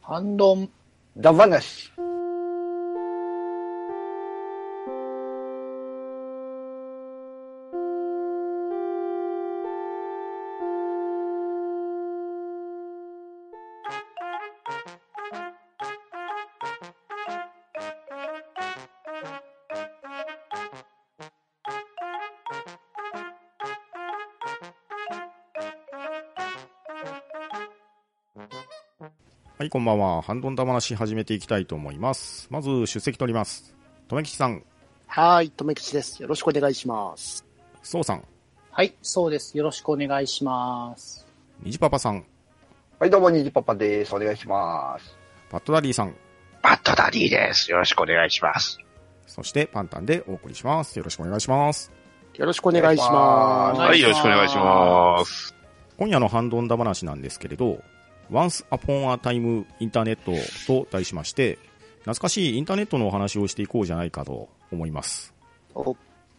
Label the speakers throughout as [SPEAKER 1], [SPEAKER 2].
[SPEAKER 1] 反論。
[SPEAKER 2] ダバなし。
[SPEAKER 3] はい、こんばんは。ハンドン玉なし始めていきたいと思います。まず、出席取ります。とめきちさん、
[SPEAKER 4] はい、とめきちです。よろしくお願いします。
[SPEAKER 3] そうさん、
[SPEAKER 1] はい、そうです。よろしくお願いします。
[SPEAKER 3] にじパパさん、
[SPEAKER 2] はい、どうも、にじパパです。お願いします。
[SPEAKER 3] パットダリーさん、
[SPEAKER 5] バットダディです。よろしくお願いします。
[SPEAKER 3] そしてパンタンでお送りします。よろしくお願いします。
[SPEAKER 4] よろしくお願いしま
[SPEAKER 1] お
[SPEAKER 4] す。
[SPEAKER 1] 願
[SPEAKER 5] はいい、
[SPEAKER 1] し
[SPEAKER 5] よ
[SPEAKER 1] ま
[SPEAKER 5] ろ
[SPEAKER 1] す
[SPEAKER 5] しくお願いします。
[SPEAKER 3] 今夜のハンドンダ話なんですけれど、Once Upon a Time インターネットと題しまして、懐かしいインターネットのお話をしていこうじゃないかと思います。
[SPEAKER 4] お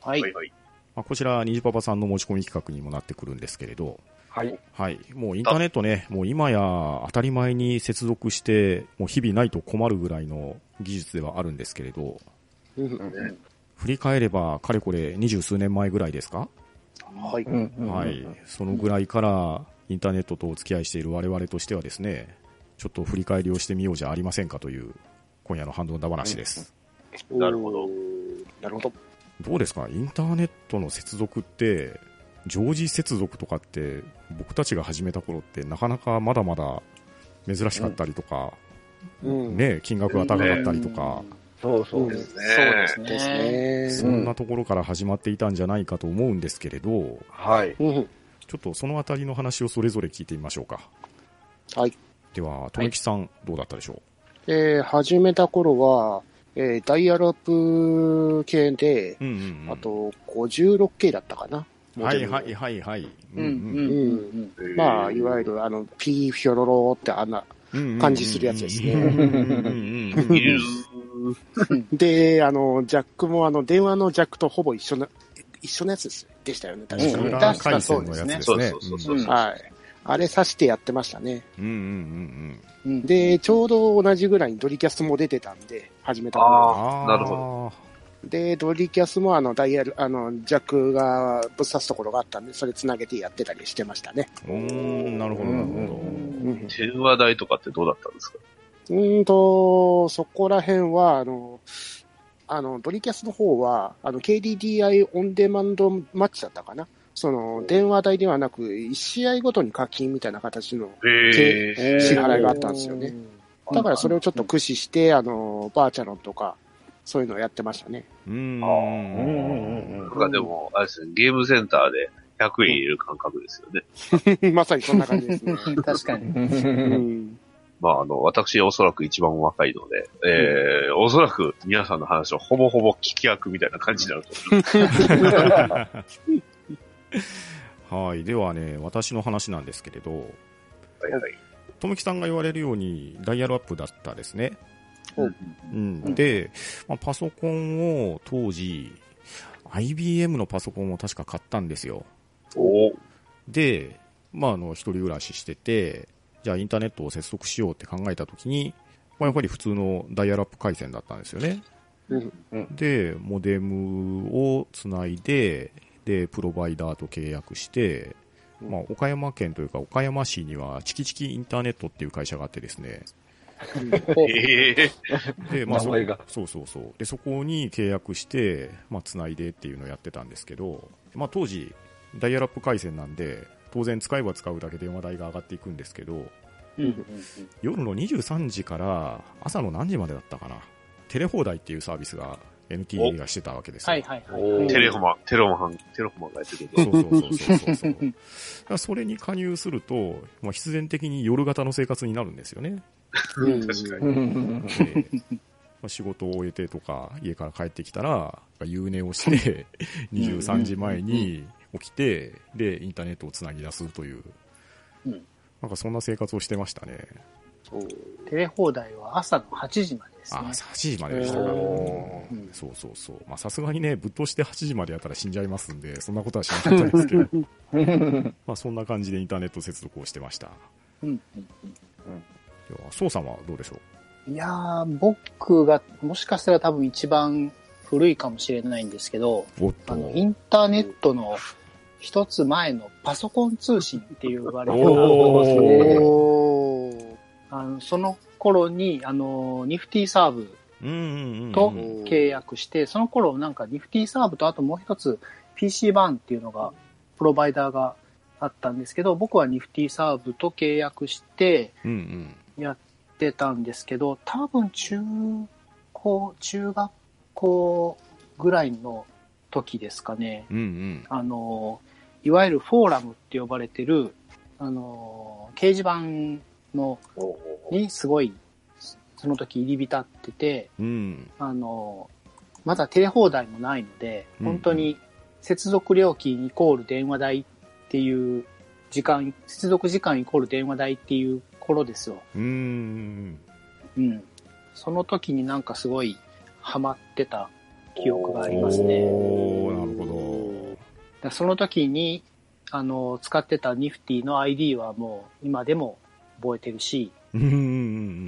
[SPEAKER 1] はい。
[SPEAKER 5] はいはい。
[SPEAKER 3] まあ、こちら、にじパパさんの持ち込み企画にもなってくるんですけれど、
[SPEAKER 2] はい。
[SPEAKER 3] はい。もうインターネットね、もう今や当たり前に接続して、もう日々ないと困るぐらいの技術ではあるんですけれど、
[SPEAKER 4] うん
[SPEAKER 2] うん。
[SPEAKER 3] 振り返れば、かれこれ二十数年前ぐらいですか、
[SPEAKER 4] はいう
[SPEAKER 2] んうん
[SPEAKER 3] はい。そのぐらいからインターネットとお付き合いしている我々としてはですね、ちょっと振り返りをしてみようじゃありませんかという、今夜の反動だ話です。
[SPEAKER 5] なるほど。
[SPEAKER 4] なるほど。
[SPEAKER 3] どうですかインターネットの接続って、常時接続とかって、僕たちが始めた頃ってなかなかまだまだ珍しかったりとか、
[SPEAKER 4] うん。
[SPEAKER 3] ね、金額が高かったりとか、
[SPEAKER 2] そうそう。
[SPEAKER 4] うん
[SPEAKER 5] ね
[SPEAKER 4] そうです
[SPEAKER 3] そ
[SPEAKER 4] ね。
[SPEAKER 3] んなところから始まっていたんじゃないかと思うんですけれど、
[SPEAKER 2] はい。
[SPEAKER 4] うん。
[SPEAKER 3] ちょっとそのあたりの話をそれぞれ聞いてみましょうか。
[SPEAKER 4] はい。
[SPEAKER 3] では、とめきさん、どうだったでしょ
[SPEAKER 4] えー始めた頃は、えーダイヤルアップ系で、
[SPEAKER 3] う。うんう
[SPEAKER 4] あ、と 56K だったかな。
[SPEAKER 3] はいはいはいはい。う
[SPEAKER 1] うん、うん、
[SPEAKER 3] ん
[SPEAKER 1] うん。
[SPEAKER 5] えー
[SPEAKER 4] まあ、いわゆるあの、ピーフィョロロってあんな。
[SPEAKER 3] うん
[SPEAKER 4] 感じするやつですね
[SPEAKER 3] うんうんうんうんうん
[SPEAKER 4] で、あの、ジャックもあの、電話のジャックとほぼ一緒な、一緒のやつですでしたよね、確
[SPEAKER 3] シ
[SPEAKER 4] か
[SPEAKER 3] ュ
[SPEAKER 1] うん
[SPEAKER 3] ラ
[SPEAKER 4] に。
[SPEAKER 3] ー回線のやつですね。
[SPEAKER 5] そうそうそうそう。
[SPEAKER 1] うん
[SPEAKER 4] はい。あれ刺してやってましたね。
[SPEAKER 3] うんうんうんうん。
[SPEAKER 1] うん、で、
[SPEAKER 4] で、ちょうど同じぐらいにドリキャスも出てたんで、始めたの
[SPEAKER 5] あーなるほ
[SPEAKER 3] ど。
[SPEAKER 4] で、ドリキャスもあの、ダイヤル、あの、ジャックがぶっ刺すところがあったんで、それ繋げてやってたりしてましたね。
[SPEAKER 3] うーん、なるほどなるほど。
[SPEAKER 4] うん。
[SPEAKER 5] 電話代とかってどうだったんですか
[SPEAKER 4] んと、そこら辺は、あの、あの、ドリキャスの方は、あの、KDDI オンデマンドマッチだったかな。その、電話代ではなく、1試合ごとに課金みたいな形の
[SPEAKER 5] へえ。
[SPEAKER 4] 支払いがあったんですよね。だからそれをちょっと駆使して、あの、バーチャロンとか、そういうのをやってましたね。
[SPEAKER 3] うーん。
[SPEAKER 2] うんうんうん
[SPEAKER 5] なんかでも、あれですね、ゲームセンターで100円いる感覚ですよね。
[SPEAKER 4] まさにそんな感じですね。
[SPEAKER 1] 確かに。
[SPEAKER 4] う
[SPEAKER 2] うん。
[SPEAKER 4] ん。
[SPEAKER 5] まあ、あの、私、おそらく一番若いので、えー、おそらく皆さんの話をほぼほぼ聞き役みたいな感じになると思う。
[SPEAKER 3] はい。ではね、私の話なんですけれど、
[SPEAKER 5] はいはい。
[SPEAKER 3] ともきさんが言われるように、ダイヤルアップだったですね。
[SPEAKER 4] お
[SPEAKER 3] うん、で、まあ、パソコンを当時、IBM のパソコンを確か買ったんですよ。
[SPEAKER 5] おー
[SPEAKER 3] で、まあ、あの、一人暮らししてて、じゃあインターネットを接続しようって考えたときに、まあ、やっぱり普通のダイヤルアップ回線だったんですよね。
[SPEAKER 4] うん
[SPEAKER 3] で、モデムをつないで、で、プロバイダーと契約して、まあ、岡山県というか、岡山市には、チキチキインターネットっていう会社があってですね。
[SPEAKER 5] え え
[SPEAKER 3] で、まあ、
[SPEAKER 2] 名前が
[SPEAKER 3] そそうそうそう。で、そこに契約して、まあ、つないでっていうのをやってたんですけど、まあ、当時、ダイヤルアップ回線なんで、当然使えば使うだけ電話代が上がっていくんですけど、
[SPEAKER 1] うん、
[SPEAKER 3] 夜の23時から朝の何時までだったかな。テレ放題っていうサービスが NTT がしてたわけですよ。
[SPEAKER 1] はい、はい、はい。
[SPEAKER 2] おー
[SPEAKER 5] テレホマン、テレホマン、テレホマンがやってるけど。
[SPEAKER 3] そうそうそうそうそう。だからそれに加入すると、まあ、必然的に夜型の生活になるんですよね。
[SPEAKER 4] うん
[SPEAKER 5] 確かに。
[SPEAKER 2] うん
[SPEAKER 3] でまあ仕事を終えてとか、家から帰ってきたら、夕寝をして、23時前に起きて、で、インターネットをつなぎ出すという
[SPEAKER 1] うん。
[SPEAKER 3] なんかそんな生活をしてましたね。
[SPEAKER 1] テレ放題は朝の8時までです
[SPEAKER 3] あ、
[SPEAKER 1] ね。
[SPEAKER 3] 8時まででしたから。
[SPEAKER 2] お
[SPEAKER 3] うんそうそうそう。まあさすがにね、ぶっ通して8時までやったら死んじゃいますんで、そんなことはしなかったんですけど。 まあそんな感じでインターネット接続をしてました。
[SPEAKER 1] うん、うん、
[SPEAKER 3] でよ。そうさんはどうでしょ
[SPEAKER 1] いやー、僕が、もしかしたら多分一番古いかもしれないんですけど、
[SPEAKER 3] うおっと
[SPEAKER 1] あ。の、インターネットの一つ前のパソコン通信って言われて
[SPEAKER 3] お
[SPEAKER 1] る、
[SPEAKER 4] おー。
[SPEAKER 1] あのその頃に、あの、ニフティサーブ
[SPEAKER 3] うんうんうんうん。
[SPEAKER 1] と
[SPEAKER 4] ん
[SPEAKER 1] 契約して、その頃なんかニフティサーブとあともう一つ PC 版っていうのが、プロバイダーがあったんですけど、僕はニフティサーブと契約して、
[SPEAKER 3] うんうん。
[SPEAKER 1] やってたんですけど、多分中高、中学校ぐらいの時ですかね。
[SPEAKER 3] うんうん。
[SPEAKER 1] あの、いわゆるフォーラムって呼ばれてる、あの、掲示板の、にすごい、その時入り浸ってて、
[SPEAKER 3] うん。
[SPEAKER 1] あの、まだテレ放題もないので、
[SPEAKER 3] うん
[SPEAKER 1] 本当に接続料金イコール電話代っていう時間、接続時間イコール電話代っていう頃ですよ。
[SPEAKER 3] うんうん。
[SPEAKER 1] うん。その時になんかすごいハマってた記憶がありますね。
[SPEAKER 3] おー、なるほ
[SPEAKER 1] だその時に、あの、使ってたニフティの ID はもう今でも覚えてるし、
[SPEAKER 3] ど。うんうんうん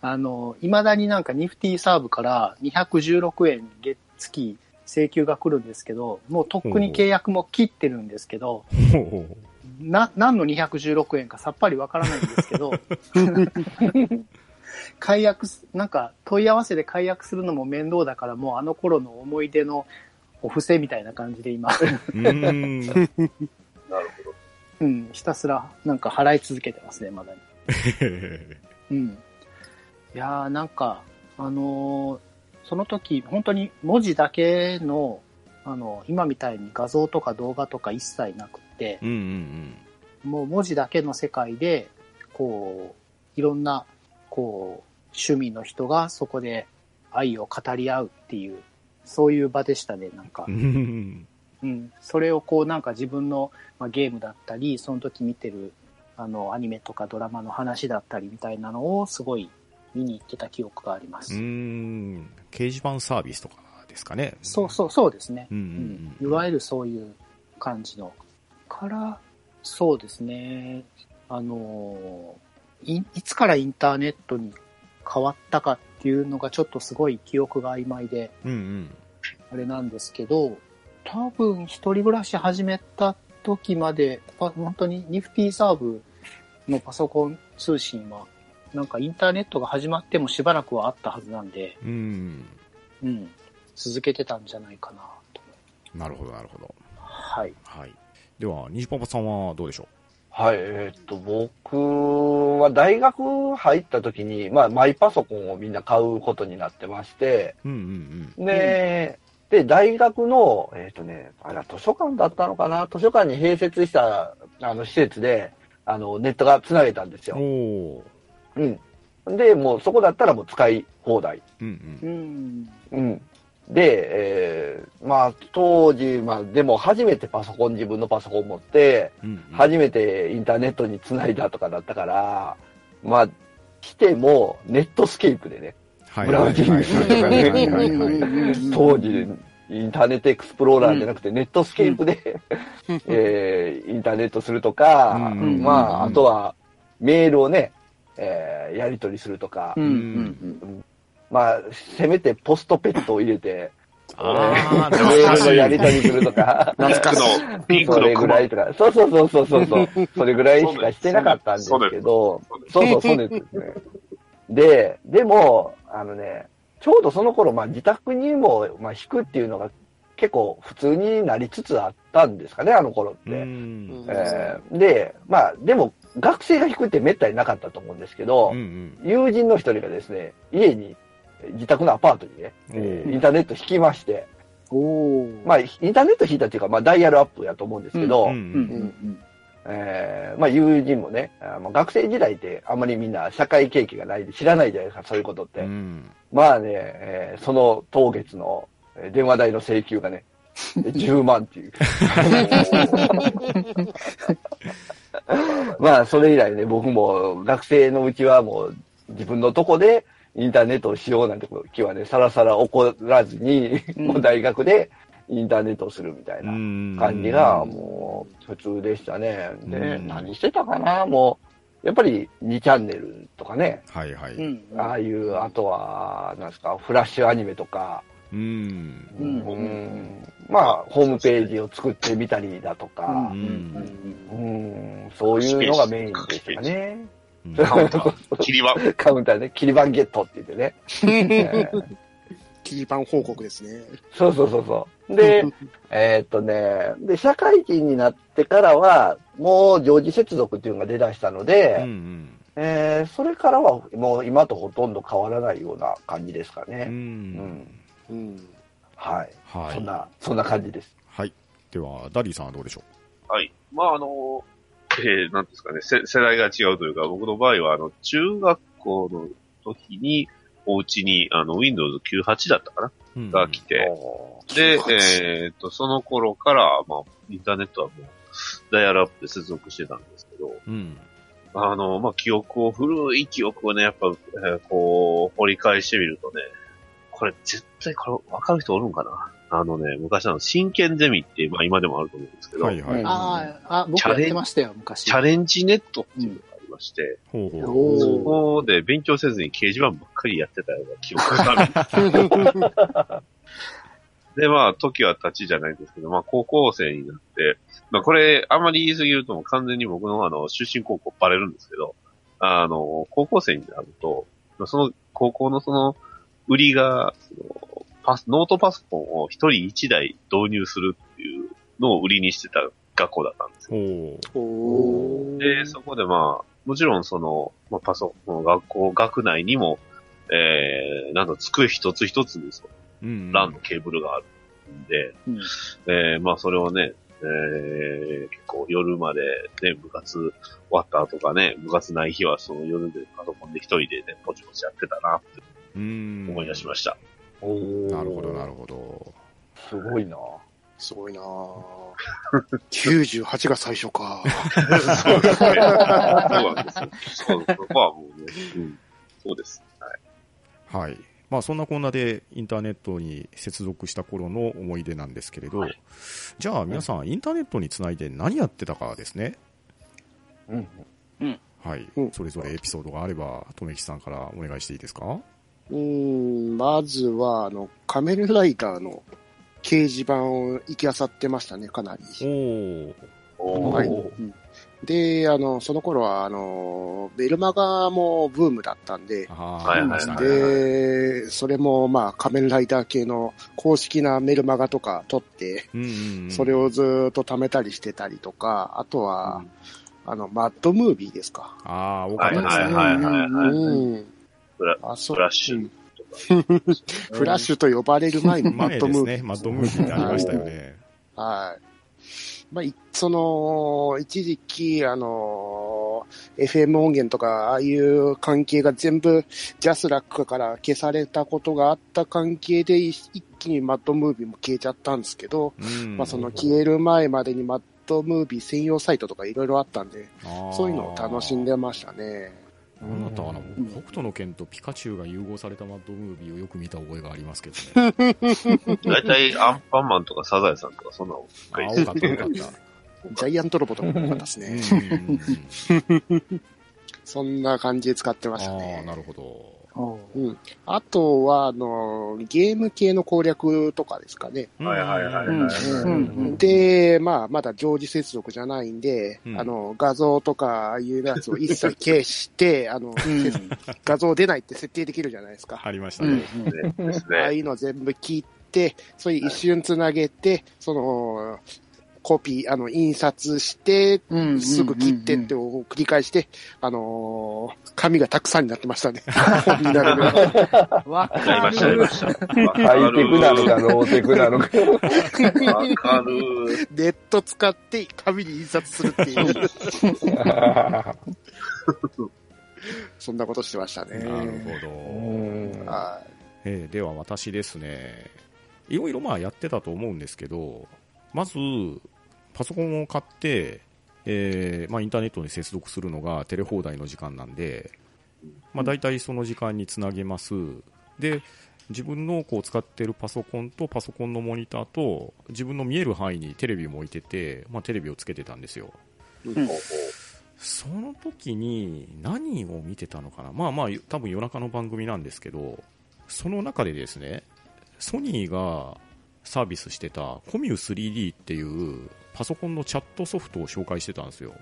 [SPEAKER 1] あの、未だになんかニフティサーブから216円月月請求が来るんですけど、もうとっくに契約も切ってるんですけど、
[SPEAKER 3] うん。ほうほう
[SPEAKER 1] な、何の216円かさっぱりわからないんですけど、 解約す、なんか問い合わせで解約するのも面倒だから、もうあの頃の思い出のお布施みたいな感じで今、
[SPEAKER 3] うん。
[SPEAKER 5] なるほど。
[SPEAKER 1] うん、ひたすらなんか払い続けてますね、まだに。うん。いやーなんか、あのーその時、本当に文字だけの、あの、今みたいに画像とか動画とか一切なくって、
[SPEAKER 3] うんうん
[SPEAKER 1] もう文字だけの世界で、こう、いろんな、こう、趣味の人がそこで愛を語り合うっていう、そういう場でしたね、なんか
[SPEAKER 3] うん。う。ん
[SPEAKER 1] うん。それをこう、なんか自分の、まあ、ゲームだったり、その時見てる、あの、アニメとかドラマの話だったりみたいなのを、すごい見に行ってた記憶がありま
[SPEAKER 3] う
[SPEAKER 1] す。
[SPEAKER 3] ん。掲示板サービスとかですかね。
[SPEAKER 1] そうそう、そうですね。
[SPEAKER 3] う。うん
[SPEAKER 1] うん
[SPEAKER 3] う
[SPEAKER 1] い
[SPEAKER 3] んうん。
[SPEAKER 1] わゆるそういう感じの。から、そうですね。あの、いいつからインターネットに変わったかっていうのがちょっとすごい記憶が曖昧で、
[SPEAKER 3] うんうん。
[SPEAKER 1] あれなんですけど、多分一人暮らし始めた時まで、パ本当にニフティサーブのパソコン通信は、なんかインターネットが始まってもしばらくはあったはずなんで、
[SPEAKER 3] うん。
[SPEAKER 1] うん、続けてたんじゃないかなと。
[SPEAKER 3] なるほど、なるほど。
[SPEAKER 1] はい。
[SPEAKER 3] はい。では、ニジパパさんはどうでしょ
[SPEAKER 2] はい、えーっと、僕は大学入った時に、まあ、マイパソコンをみんな買うことになってまして、
[SPEAKER 3] ううんうん
[SPEAKER 2] で、で、大学の、えーっとね、あれは図書館だったのかな図書館に併設した、あの、施設で、あの、ネットが繋げたんです
[SPEAKER 3] うん。
[SPEAKER 2] よ。
[SPEAKER 3] おー。
[SPEAKER 2] うん。で、もうそこだったらもう使い放題。
[SPEAKER 3] うん
[SPEAKER 1] うん。
[SPEAKER 2] うん。で、えーまあ、当時、まあ、でも初めてパソコン、自分のパソコン持って、
[SPEAKER 3] うん。うん
[SPEAKER 2] 初めてインターネットに繋いだとかだったから、まあ、来てもネットスケープでね、
[SPEAKER 3] はい。
[SPEAKER 2] ブラウジングするとかね
[SPEAKER 3] はいはいはいはい
[SPEAKER 2] 当時、インターネットエクスプローラーじゃなくてネットスケープで、 えーインターネットするとか、
[SPEAKER 3] うん
[SPEAKER 2] まあ、
[SPEAKER 3] うん
[SPEAKER 2] あとはメールをね、えーやり取りするとか、
[SPEAKER 1] うんうん
[SPEAKER 2] まあ、せめてポストペットを入 れて、
[SPEAKER 3] あー、
[SPEAKER 2] メ
[SPEAKER 3] 懐か
[SPEAKER 2] ール
[SPEAKER 3] し
[SPEAKER 2] の
[SPEAKER 3] い。
[SPEAKER 2] やり取りするとか、
[SPEAKER 4] 懐かしい。
[SPEAKER 5] の、ピンク
[SPEAKER 2] そ
[SPEAKER 5] の
[SPEAKER 2] れぐ
[SPEAKER 5] 雲
[SPEAKER 2] ら。いとか、そうそうそうそうそ うそう、それぐらいしかしてなかったんですけど、そうそうそうですね。で、でも、あのね、ちょうどその頃、まあ自宅にも、まあ引くっていうのが結構普通になりつつあったんですかね、あの頃って。
[SPEAKER 3] うん
[SPEAKER 4] うん
[SPEAKER 2] えーで、まあでも学生が引くってめったになかったと思うんですけど、
[SPEAKER 3] うん
[SPEAKER 2] 友人の一人がですね、家に、自宅のアパートにね、
[SPEAKER 3] うん。おー
[SPEAKER 2] インターネット引きまして、
[SPEAKER 1] おー。
[SPEAKER 2] まあ、インターネット引いたっていうか、まあ、ダイヤルアップやと思うんですけど、
[SPEAKER 3] うんうん
[SPEAKER 1] ん。
[SPEAKER 2] えーまあ、友人もね、あーまあ学生時代ってあんまりみんな社会経験がないで知らないじゃないですか、そういうことって。
[SPEAKER 3] うん。
[SPEAKER 2] まあね、えーその当月のえー電話代の請求がね、10万っていう。 まあ、それ以来ね、僕も学生のうちはもう自分のとこでインターネットをしようなんて気はね、さらさら起こらずに、
[SPEAKER 1] うん
[SPEAKER 2] もう大学でインターネットをするみたいな。
[SPEAKER 3] 感
[SPEAKER 2] 感じが、もう、普通でしたね。
[SPEAKER 3] う
[SPEAKER 2] で、
[SPEAKER 3] ん
[SPEAKER 2] 何してたかなもう、やっぱり2チャンネルとかね、
[SPEAKER 3] はいはい。
[SPEAKER 1] う。
[SPEAKER 3] うん
[SPEAKER 2] ああいう、あとは、なんですか、フラッシュアニメとか、
[SPEAKER 3] ん。
[SPEAKER 1] う
[SPEAKER 2] うんんまあ、ホームページを作ってみたりだと
[SPEAKER 1] うん
[SPEAKER 2] か
[SPEAKER 3] う、。
[SPEAKER 1] うんん
[SPEAKER 2] うんそういうのがメインでしたかね。
[SPEAKER 3] うん
[SPEAKER 5] カウンター。切りは、
[SPEAKER 2] カウンターで、切り板ゲットって言ってね。えー
[SPEAKER 4] キーパン報告ですね。
[SPEAKER 2] そうそうそうそう。で、えーっとね、で、社会人になってからは、もう常時接続っていうのが出だしたので、
[SPEAKER 3] うん
[SPEAKER 2] えーそれからはもう今とほとんど変わらないような感じですか
[SPEAKER 3] う。
[SPEAKER 2] ね。うん
[SPEAKER 4] うん。
[SPEAKER 2] はい。
[SPEAKER 3] は
[SPEAKER 2] そん
[SPEAKER 3] い。
[SPEAKER 2] な、そんな感じです。
[SPEAKER 3] はい。では、ダリーさんはどうでしょ
[SPEAKER 5] はい。まあ、あの、えー、なんですかね、せ世代が違うというか、僕の場合は、あの、中学校の時に、お家に、あの、Windows 98だったか
[SPEAKER 3] ううん
[SPEAKER 5] なが来て、
[SPEAKER 2] おー
[SPEAKER 5] で、
[SPEAKER 4] 98
[SPEAKER 5] えーっと、その頃から、まあ、インターネットはもう、ダイヤルアップで接続してたんですけど、
[SPEAKER 3] うん。
[SPEAKER 5] あの、まあ、記憶を、古い記憶をね、やっぱ、えーこう、掘り返してみるとね、これ絶対これ分かる人おるんかなあのね、昔あの、真剣ゼミって、まあ今でもあると思うんですけど、
[SPEAKER 3] はいはい。
[SPEAKER 1] ああ、あ、僕やってましたよ、昔。
[SPEAKER 5] チャレンジネットっていうのがありまして、
[SPEAKER 3] ほうほう。
[SPEAKER 1] お
[SPEAKER 5] そ
[SPEAKER 1] ー
[SPEAKER 5] こで勉強せずに掲示板ばっかりやってたような記憶がある。で、まあ、時は経ちじゃないんですけど、まあ、高校生になって、まあ、これ、あんまり言い過ぎるともう完全に僕のあの、出身高校バレるんですけど、あの、高校生になると、まあその高校のその、売りが、そのパス、ノートパソコンを一人一台導入するっていうのを売りにしてた学校だったんですよ。
[SPEAKER 3] ほ。
[SPEAKER 4] おー
[SPEAKER 5] で、そこでまあ、もちろんその、まあ、パソコン、学校、学内にも、えー、なんと机一つ一つにそう
[SPEAKER 3] うん。
[SPEAKER 5] LAN のケーブルがあるんで、
[SPEAKER 1] うん
[SPEAKER 5] えーまあそれをね、えー結構夜までね、部活終わった後かね、部活ない日はその夜でパソコンで一人でね、ポチポチやってたなって
[SPEAKER 3] うん。
[SPEAKER 5] 思い出しました。
[SPEAKER 2] おー
[SPEAKER 3] なるほど、なるほど。
[SPEAKER 2] すごいな。
[SPEAKER 4] すごいなぁ。98が最初か。
[SPEAKER 5] そうですね。そうなんですよ。そう、そこはもうね、うん、そうです。
[SPEAKER 3] はい。まあそんなこんなでインターネットに接続した頃の思い出なんですけれど、
[SPEAKER 5] はい
[SPEAKER 3] じゃあ皆さんインターネットにつないで何やってたかですね。
[SPEAKER 2] うん。
[SPEAKER 3] はい。
[SPEAKER 4] うん
[SPEAKER 3] それぞれエピソードがあれば、とめきさんからお願いしていいですか
[SPEAKER 4] うーん、まずは、あの、仮面ライダーの掲示板を行き漁ってましたね、かなり。
[SPEAKER 3] おお。
[SPEAKER 5] お
[SPEAKER 4] はい
[SPEAKER 5] ー
[SPEAKER 4] で、あの、その頃は、あの、ベルマガもブームだったんで、
[SPEAKER 3] あ
[SPEAKER 5] はい
[SPEAKER 3] あ、
[SPEAKER 5] はいはい
[SPEAKER 3] したね。
[SPEAKER 4] で、それも、まあ、仮面ライダー系の公式なメルマガとか撮って、
[SPEAKER 3] うんうんうん。
[SPEAKER 4] それをずーっと貯めたりしてたりとか、あとは、あの、マッドムービーですか。
[SPEAKER 3] ああ、多か
[SPEAKER 5] は
[SPEAKER 3] っ
[SPEAKER 5] い
[SPEAKER 3] た
[SPEAKER 5] はい
[SPEAKER 3] ですね。
[SPEAKER 5] はいはいはい。
[SPEAKER 4] うん。
[SPEAKER 5] フラ
[SPEAKER 4] あ、そ
[SPEAKER 5] フラッシュ
[SPEAKER 4] うんフラッシュと呼ばれる前の
[SPEAKER 3] 前
[SPEAKER 4] マッ
[SPEAKER 3] で
[SPEAKER 4] ドム
[SPEAKER 3] す
[SPEAKER 4] ービー。
[SPEAKER 3] ね。マッドムービーになりましたよね。
[SPEAKER 4] はい。まあ、いその、一時期、あの、FM 音源とか、ああいう関係が全部、ジャスラックから消されたことがあった関係で、い一気にマッドムービーも消えちゃったんですけど、
[SPEAKER 3] うん
[SPEAKER 4] まあ、その消える前までにマッドムービー専用サイトとかいろいろあったんで、そういうのを楽しん。
[SPEAKER 3] あ
[SPEAKER 4] でましたね。
[SPEAKER 3] ーなんだったかな、
[SPEAKER 1] ん
[SPEAKER 3] 北斗の拳とピカチュウが融合されたマッドムービーをよく見た覚えがありますけどね。
[SPEAKER 5] 大体アンパンマンとかサザエさんとかそんなの
[SPEAKER 3] ああ、多かった、多かった。
[SPEAKER 4] ジャイアントロボとかも良かったですね。
[SPEAKER 3] あ
[SPEAKER 4] そんな感じで使ってましたね。
[SPEAKER 3] あ、なるほど。
[SPEAKER 1] おー
[SPEAKER 4] あとは、あの、ゲーム系の攻略とかですかね。
[SPEAKER 5] はいはいはいはい
[SPEAKER 1] うんうん
[SPEAKER 4] で、まあ、まだ常時接続じゃないんで、
[SPEAKER 3] うん
[SPEAKER 4] あの、画像とか、ああいうやつを一切消して、あの、せ画像出ないって設定できるじゃないですか。
[SPEAKER 3] ありました
[SPEAKER 1] うん
[SPEAKER 3] ね。
[SPEAKER 1] うん
[SPEAKER 5] です
[SPEAKER 4] ああ
[SPEAKER 5] ね。
[SPEAKER 4] いうの全部切って、それ一瞬つなげて、その、コピー、あの、印刷して、
[SPEAKER 1] うん
[SPEAKER 4] すぐ切ってってを繰り返して、あのー紙がたくさんになってましたね。本になるぐらい
[SPEAKER 1] わ
[SPEAKER 5] あり
[SPEAKER 1] か
[SPEAKER 5] ました、ありま
[SPEAKER 1] る。
[SPEAKER 5] した。わ
[SPEAKER 2] ハ
[SPEAKER 5] か
[SPEAKER 2] イテクなのか、ノーテクなのか。
[SPEAKER 5] わかる。
[SPEAKER 4] ネット使って紙に印刷するっていう、 そんなことしてましたね。
[SPEAKER 3] なる
[SPEAKER 2] う
[SPEAKER 3] ほど。
[SPEAKER 2] ん
[SPEAKER 4] はい
[SPEAKER 3] えーでは私ですね、いろいろまあやってたと思うんですけど、まず、パソコンを買って、えーまあ、インターネットに接続するのがテレ放題の時間なんで、まあ、大体その時間につなげます。で、自分のこう使ってるパソコンとパソコンのモニターと自分の見える範囲にテレビも置いてて、まあ、テレビをつけてたんですよ。その時に何を見てたのかな、まあまあ、多分夜中の番組なんですけど、その中でですね、ソニーがサービスしてたコミュ 3D っていうパソコンのチャットソフトを紹介してたんですよ。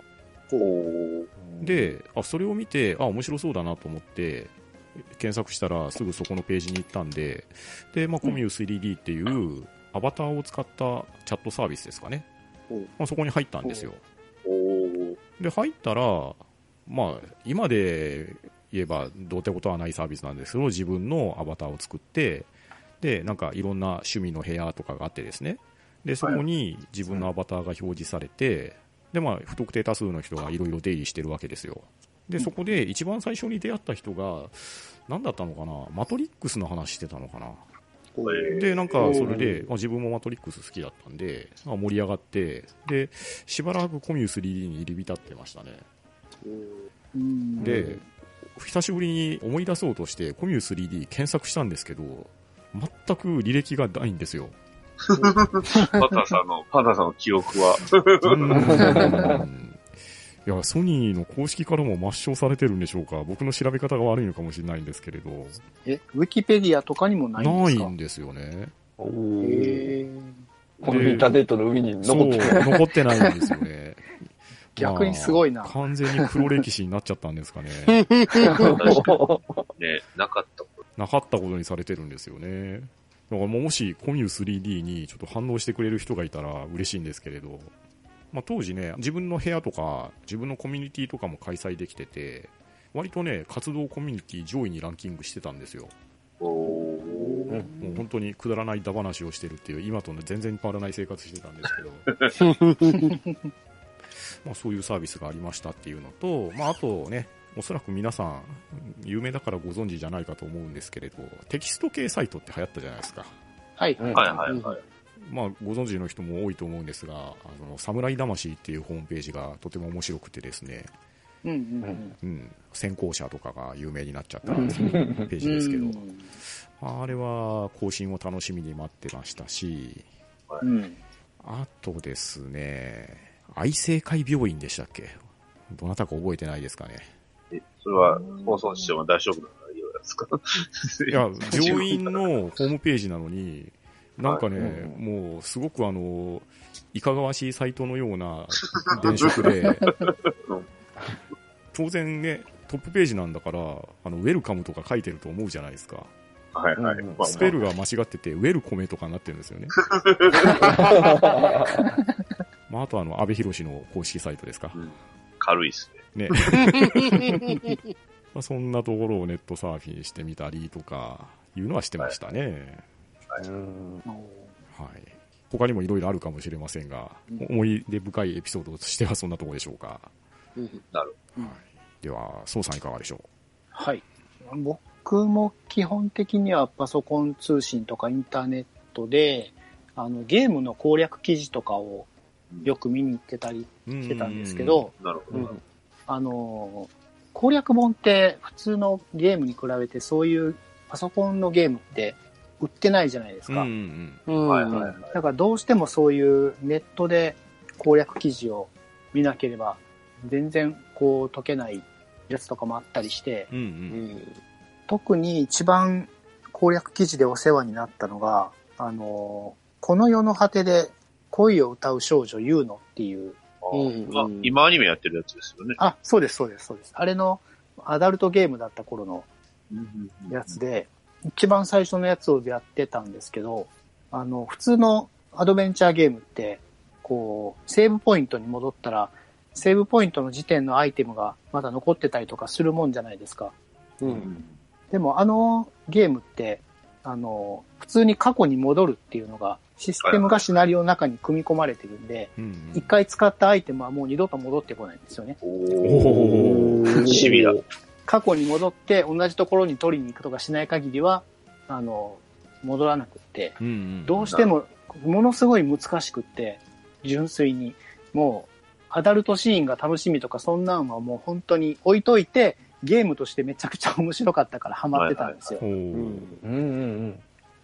[SPEAKER 3] であ、それを見て、あ、面白そうだなと思って、検索したらすぐそこのページに行ったんで、で、まあ、コミュ 3D っていうアバターを使ったチャットサービスですかね。まあ、そこに入ったんですよ。で、入ったら、まあ、今で言えばどうってことはないサービスなんですけど、自分のアバターを作って、で、なんかいろんな趣味の部屋とかがあってですね。で、そこに自分のアバターが表示されて、で、まあ、不特定多数の人がいろいろ出入りしてるわけですよ。で、そこで一番最初に出会った人が、何だったのかな、マトリックスの話してたのかな。で、なんか、それで、まあ、自分もマトリックス好きだったんで、まあ、盛り上がって、で、しばらくコミュ 3D に入り浸ってましたね。で、久しぶりに思い出そうとして、コミュ 3D 検索したんですけど、全く履歴がないんで すよ。
[SPEAKER 5] パタさんの、パタさんの記憶は。
[SPEAKER 3] いや、ソニーの公式からも抹消されてるんでしょうか。僕の調べ方が悪いのかもしれないんですけれど。
[SPEAKER 1] え、ウィキペディアとかにもないんです
[SPEAKER 3] かないんですよね。
[SPEAKER 2] おー。このインターネットの海に残って
[SPEAKER 3] ない。残ってないんですよね。
[SPEAKER 1] 逆にすごいな、ま
[SPEAKER 3] あ、完全に黒歴史になっちゃったんですかね。
[SPEAKER 5] ね、なかったこと。
[SPEAKER 3] なかったことにされてるんですよね。だからもしコミュ 3D にちょっと反応してくれる人がいたら嬉しいんですけれど。まあ、当時ね、自分の部屋とか、自分のコミュニティとかも開催できてて、割とね、活動コミュニティ上位にランキングしてたんですよ。もう本当にくだらないだ話をしてるっていう、今と、ね、全然変わらない生活してたんですけど、まあそういうサービスがありましたっていうのと、まあ、あとね、おそらく皆さん、有名だからご存知じゃないかと思うんですけれど、テキスト系サイトって流行ったじゃないですか。
[SPEAKER 1] はい、
[SPEAKER 5] はい、はいはい。
[SPEAKER 3] まあ、ご存知の人も多いと思うんですが、あの、侍魂っていうホームページがとても面白くてですね、。
[SPEAKER 1] うんうんうん。うん
[SPEAKER 3] 先行者とかが有名になっちゃったページですけど、あれは更新を楽しみに待ってましたし、
[SPEAKER 1] うん、
[SPEAKER 3] あとですね、愛生会病院でしたっけどなたか覚えてないですかね。
[SPEAKER 5] え、それは放送しても大丈夫な内容ですか
[SPEAKER 3] いや、病院のホームページなのに、なんかね、はいうん、もうすごくあの、いかがわしいサイトのよう な電飾 で、当然ね、トップページなんだから、あの、ウェルカムとか書いてると思うじゃないですか。
[SPEAKER 5] はいはい。
[SPEAKER 3] スペルが間違ってて、ウェルコメとかになってるんですよ ね。まあ、あとあの、安倍博の公式サイトですか。うん、
[SPEAKER 5] 軽いっす
[SPEAKER 3] ね。ね。まあ、そんなところをネットサーフィンしてみたりとか、いうのはしてましたね。はいうんはい。他にもいろいろあるかもしれませんが、思い出深いエピソードとしてはそんなところでしょうか。
[SPEAKER 5] なる
[SPEAKER 3] ほど。はい、では、宋さんいかがでしょう
[SPEAKER 1] はい。僕も基本的にはパソコン通信とかインターネットで、あの、ゲームの攻略記事とかをよく見に行ってたりしてたんですけど、
[SPEAKER 5] なるほど、うん。
[SPEAKER 1] あの、攻略本って普通のゲームに比べてそういうパソコンのゲームって売ってないじゃないですか。だからどうしてもそういうネットで攻略記事を見なければ全然こう解けないやつとかもあったりして、
[SPEAKER 3] うんうん、
[SPEAKER 1] 特に一番攻略記事でお世話になったのが、あの、この世の果てで恋を歌う少女ユーノっていう。
[SPEAKER 5] 今アニメやってるやつですよね。
[SPEAKER 1] あ、そうです、そうです、そうです。あれのアダルトゲームだった頃のやつで、一番最初のやつをやってたんですけど、あの、普通のアドベンチャーゲームって、こう、セーブポイントに戻ったら、セーブポイントの時点のアイテムがまだ残ってたりとかするもんじゃないですか。
[SPEAKER 3] うん。
[SPEAKER 1] でもあのゲームって、あの、普通に過去に戻るっていうのが、システムがシナリオの中に組み込まれてるんで、一、うんうん、回使ったアイテムはもう二度と戻ってこないんですよね。
[SPEAKER 5] おー、シビア。
[SPEAKER 1] 過去に戻って同じところに取りに行くとかしない限りは、あの、戻らなくって、
[SPEAKER 3] うんうん、
[SPEAKER 1] どうしても、ものすごい難しくって、純粋に、もう、アダルトシーンが楽しみとか、そんなんはもう本当に置いといて、ゲームとしてめちゃくちゃ面白かったからハマってたんですよ。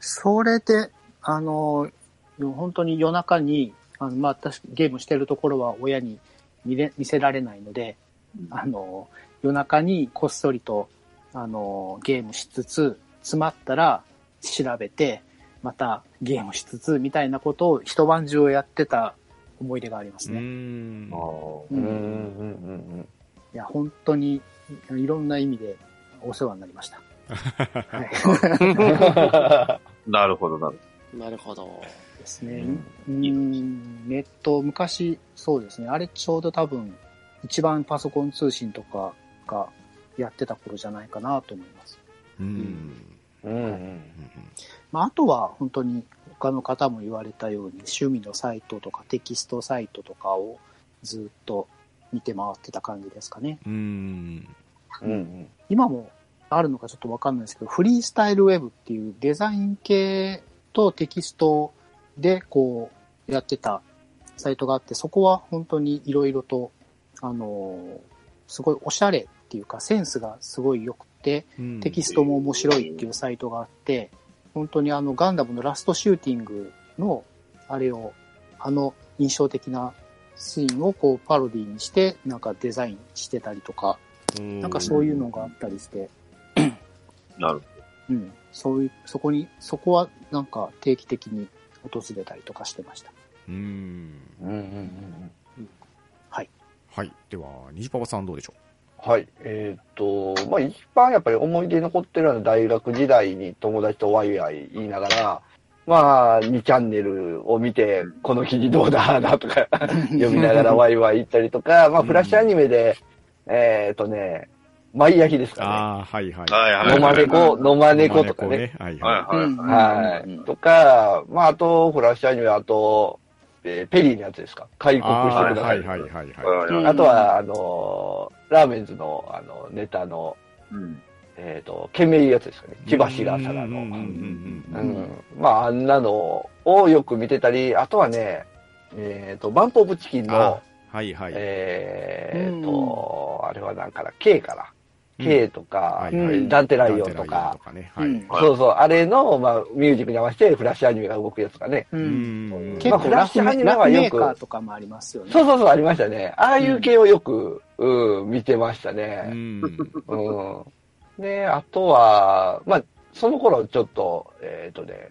[SPEAKER 1] それで、あの、本当に夜中に、あのまあ、私ゲームしてるところは親に見れ見せられないので、あの、夜中にこっそりと、あの、ゲームしつつ、詰まったら調べて、またゲームしつつ、みたいなことを一晩中やってた思い出があります
[SPEAKER 3] うー
[SPEAKER 1] ね。
[SPEAKER 3] ん
[SPEAKER 5] あ。ー
[SPEAKER 2] うんうん
[SPEAKER 1] うん
[SPEAKER 2] うん
[SPEAKER 1] いや、本当に、いろんな意味でお世話になりました。はい、
[SPEAKER 5] なるほど、なる
[SPEAKER 4] なるほど。
[SPEAKER 1] ですね。うん、ネット、昔、そうですね。あれちょうど多分、一番パソコン通信とかがやってた頃じゃないかなと思います。
[SPEAKER 3] うん。
[SPEAKER 2] うんうん
[SPEAKER 1] まあ、あとは本当に他の方も言われたように、趣味のサイトとかテキストサイトとかをずっと見て回ってた感じですかね。
[SPEAKER 3] うん。
[SPEAKER 2] うん
[SPEAKER 1] 今もあるのかちょっとわかんないですけど、フリースタイルウェブっていうデザイン系とテキストでこうやってたサイトがあって、そこは本当にいろいろと、あのーすごいおしゃれっていうかセンスがすごい良くて、
[SPEAKER 3] うん
[SPEAKER 1] テキストも面白いっていうサイトがあって、本当にあのガンダムのラストシューティングのあれを、あの印象的なシーンをこうパロディにしてなんかデザインしてたりとか、なんかそういうのがあったりして、
[SPEAKER 5] ほど。なるほ
[SPEAKER 1] うん、そういう、そこに、そこはなんか定期的に訪れたりとかしてました。
[SPEAKER 3] うん。
[SPEAKER 2] うんうん
[SPEAKER 3] はい。では、虹パパさんどうでしょ
[SPEAKER 2] はい。えーっと、まあ一番やっぱり思い出に残ってるのは大学時代に友達とワイワイ言いながら、まあ2チャンネルを見て、この記事どうだだとか読みながらワイワイ言ったりとか、まあフラッシュアニメで、えーっとね、毎焼きです
[SPEAKER 3] う
[SPEAKER 2] か
[SPEAKER 3] ああ、はいはい。
[SPEAKER 5] ど。はい
[SPEAKER 2] ね。
[SPEAKER 5] はい。
[SPEAKER 2] 野間猫、野間猫とか
[SPEAKER 3] 猫
[SPEAKER 2] ね。。
[SPEAKER 3] はいは
[SPEAKER 5] はいはい。
[SPEAKER 1] うん
[SPEAKER 2] は
[SPEAKER 1] うん
[SPEAKER 2] い。とか、まあ、あと、フラッシュアニメ、あと、えーペリーのやつですか。開
[SPEAKER 3] い。
[SPEAKER 2] 国してくださ。
[SPEAKER 3] はいい
[SPEAKER 2] あ,、
[SPEAKER 3] はいはいは。
[SPEAKER 5] はいいはい。
[SPEAKER 1] うん
[SPEAKER 2] とは、あのーラーメンズの、あの、ネタの、
[SPEAKER 5] うん
[SPEAKER 2] えっ、と、懸命いやつですかね。千葉白皿の。
[SPEAKER 3] う
[SPEAKER 2] う
[SPEAKER 3] う
[SPEAKER 2] ん
[SPEAKER 3] んうんうん
[SPEAKER 2] んまあ、あんなのをよく見てたり、あとはね、えっ、と、バンポーブチキンの
[SPEAKER 3] あ、はいはい。
[SPEAKER 2] えっ、と、あれはなんかな、K かな。K とか、
[SPEAKER 3] はいはい
[SPEAKER 2] ダンテライオン
[SPEAKER 3] ライ
[SPEAKER 2] と
[SPEAKER 3] オン
[SPEAKER 2] か
[SPEAKER 3] と、かね。はい。
[SPEAKER 1] うん
[SPEAKER 5] はい
[SPEAKER 2] そうそう、あれの、まあ、ミュージックに合わせて、フラッシュアニメが動くやつがね。
[SPEAKER 1] うん
[SPEAKER 3] うん
[SPEAKER 1] 結構ラッシュメ
[SPEAKER 2] まあフラッシュアニメはよく
[SPEAKER 1] ラッシュメーカーとかもありますよね。
[SPEAKER 2] そうそうそう、ありましたね。ああいう系をよく、うん、見てました
[SPEAKER 3] う
[SPEAKER 2] ね。
[SPEAKER 3] ん。
[SPEAKER 2] うん。で、あとは、まあ、その頃ちょっと、えっ、とね、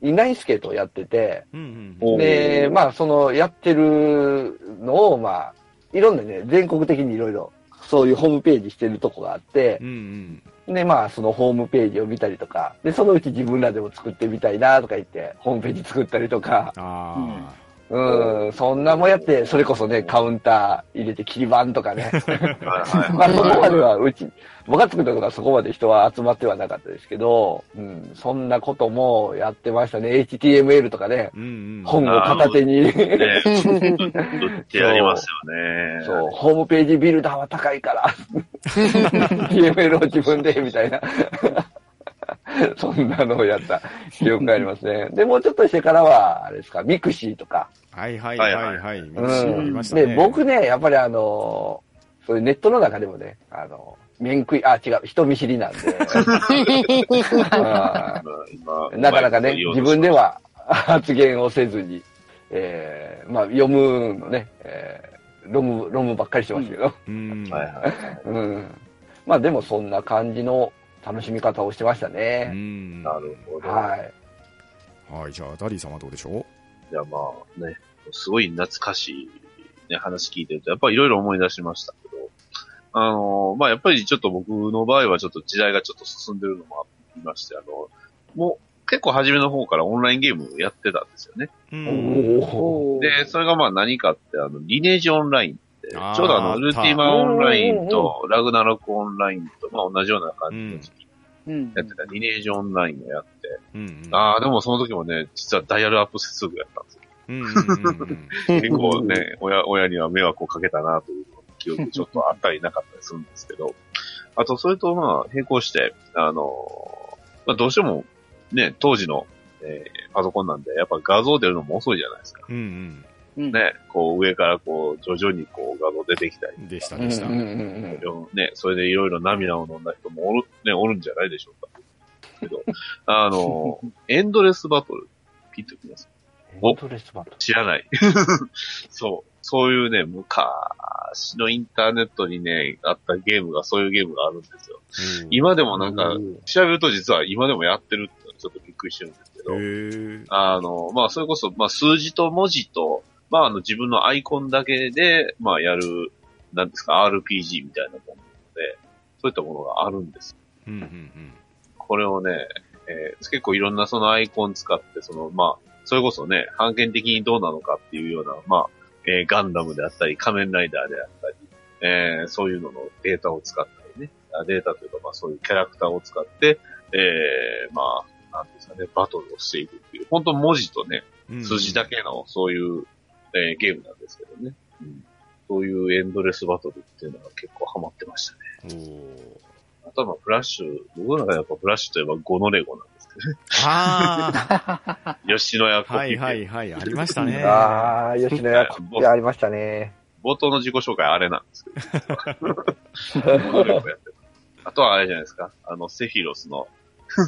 [SPEAKER 2] イナイスケートをやってて、
[SPEAKER 3] うん
[SPEAKER 5] おー
[SPEAKER 2] で、まあ、その、やってるのを、まあ、いろんなね、全国的にいろいろ、そういうホームページしてるとこがあって
[SPEAKER 3] う、ん。
[SPEAKER 2] で、まあ、そのホームページを見たりとか、で、そのうち自分らでも作ってみたいなとか言って、ホームページ作ったりとか、
[SPEAKER 3] あ
[SPEAKER 2] うん、そんなもんやって、それこそね、カウンター入れて切り板とかね。
[SPEAKER 5] はいはい。
[SPEAKER 2] まあそこまでは、うち、僕が作ったとかそこまで人は集まってはなかったですけど、うん、そんなこともやってましたね。HTML とかね
[SPEAKER 3] あ。、うんうん。
[SPEAKER 2] 本を片手に。
[SPEAKER 5] ね、 売ってやりますよね。
[SPEAKER 2] そう、ホームページビルダーは高いから、HTML を自分で、みたいな。 そんなのをやった記憶がありますね。で、もうちょっとしてからは、あれですか、ミクシーとか。
[SPEAKER 3] はいはいはいはい。見ました
[SPEAKER 2] で、
[SPEAKER 3] ね。
[SPEAKER 2] 僕ね、やっぱりあのーそういうネットの中でもね、あのー、面食い、あ、違う、人見知りなん で、あ
[SPEAKER 5] 今
[SPEAKER 2] ーなかなかね、自分で。は発言をせずに、えー、まあ、読むのね、えー、論文、論文ばっかりしてましたけど、
[SPEAKER 3] うん。
[SPEAKER 5] はいはい。
[SPEAKER 2] うん、まあ、でもそんな感じの楽しみ方をしてました
[SPEAKER 3] う
[SPEAKER 2] ね。
[SPEAKER 3] ん。
[SPEAKER 5] なるほど。
[SPEAKER 2] はい。
[SPEAKER 3] はい、じゃあ、ダリー様どうでしょ
[SPEAKER 5] じゃあまあね、すごい懐かしい、ね、話聞いてると、やっぱりいろいろ思い出しましたけど、あの、まあやっぱりちょっと僕の場合はちょっと時代がちょっと進んでるのもありまして、あの、もう結構初めの方からオンラインゲームをやってたんですよね。
[SPEAKER 3] うう
[SPEAKER 2] お
[SPEAKER 3] ん。
[SPEAKER 2] ー
[SPEAKER 5] で、それがまあ何かって、あの、リネージオンラインって、ちょ
[SPEAKER 3] あー
[SPEAKER 5] うどあ
[SPEAKER 3] あった
[SPEAKER 5] の、ウルティマオンラインと、ラグナロクオンラインと、まあ同じような感じの時期
[SPEAKER 1] うん
[SPEAKER 5] やってたリネージオンラインをやって、
[SPEAKER 3] うん。
[SPEAKER 5] ああ、でもその時もね、実はダイヤルアップ接続やったんですよ
[SPEAKER 3] うんうん。
[SPEAKER 5] 結構ね、親、親には迷惑をかけたなという記憶ちょっとあったりなかったりするんですけど、あと、それとまあ、並行して、あの、まあ、どうしても、ね、当時の、えーパソコンなんで、やっぱ画像出るのも遅いじゃないですか。
[SPEAKER 3] うん
[SPEAKER 1] うん
[SPEAKER 5] ね、こう上からこう、徐々にこう画像出てきたり、
[SPEAKER 3] うん。でした、
[SPEAKER 2] うん
[SPEAKER 3] でした
[SPEAKER 2] うん。うん
[SPEAKER 5] ね、それでいろいろ涙を飲んだ人もおる、ね、おるんじゃないでしょうか。けど、あの、エンドレスバトル、ピッときます。
[SPEAKER 2] うん。エントレスバトル
[SPEAKER 5] 知らない。そう。そういうね、昔昔のインターネットにね、あったゲームが、そういうゲームがあるんですよ。今でもなんか、調べると実は今でもやってるってちょっとびっくりしてるんですけど、
[SPEAKER 3] え
[SPEAKER 5] あの、まあ、それこそ、まあ、数字と文字と、まあ、あの、自分のアイコンだけで、まあ、やる、なんですか、RPG みたいなものなので、そういったものがあるんです。
[SPEAKER 3] うんうんうん。
[SPEAKER 5] これをね、えー結構いろんなそのアイコン使って、その、まあ、それこそね、半券的にどうなのかっていうような、まあ、えーガンダムであったり、仮面ライダーであったり、えーそういうののデータを使ったりね、あデータというか、まあそういうキャラクターを使って、えーまあ、なんていうんですかね、バトルをしていくっていう、本当文字とね、
[SPEAKER 3] うんうん
[SPEAKER 5] 数字だけの、そういう、えーゲームなんですけどね。うんそういうエンドレスバトルっていうのが結構ハマってましたね。
[SPEAKER 3] おー
[SPEAKER 5] あとはまあフラッシュ、僕の中でやっぱフラッシュといえば5のレゴなんですけ
[SPEAKER 3] あ
[SPEAKER 5] どね。吉野家コ
[SPEAKER 3] あ、
[SPEAKER 5] ピー、
[SPEAKER 3] はいはいはい、 ありましたね。
[SPEAKER 2] ああ、吉野家コピーありましたね。
[SPEAKER 5] 冒頭の自己紹介あれなんですけど。5のレゴやってますあとはあれじゃないですか。あの、セフィロスの、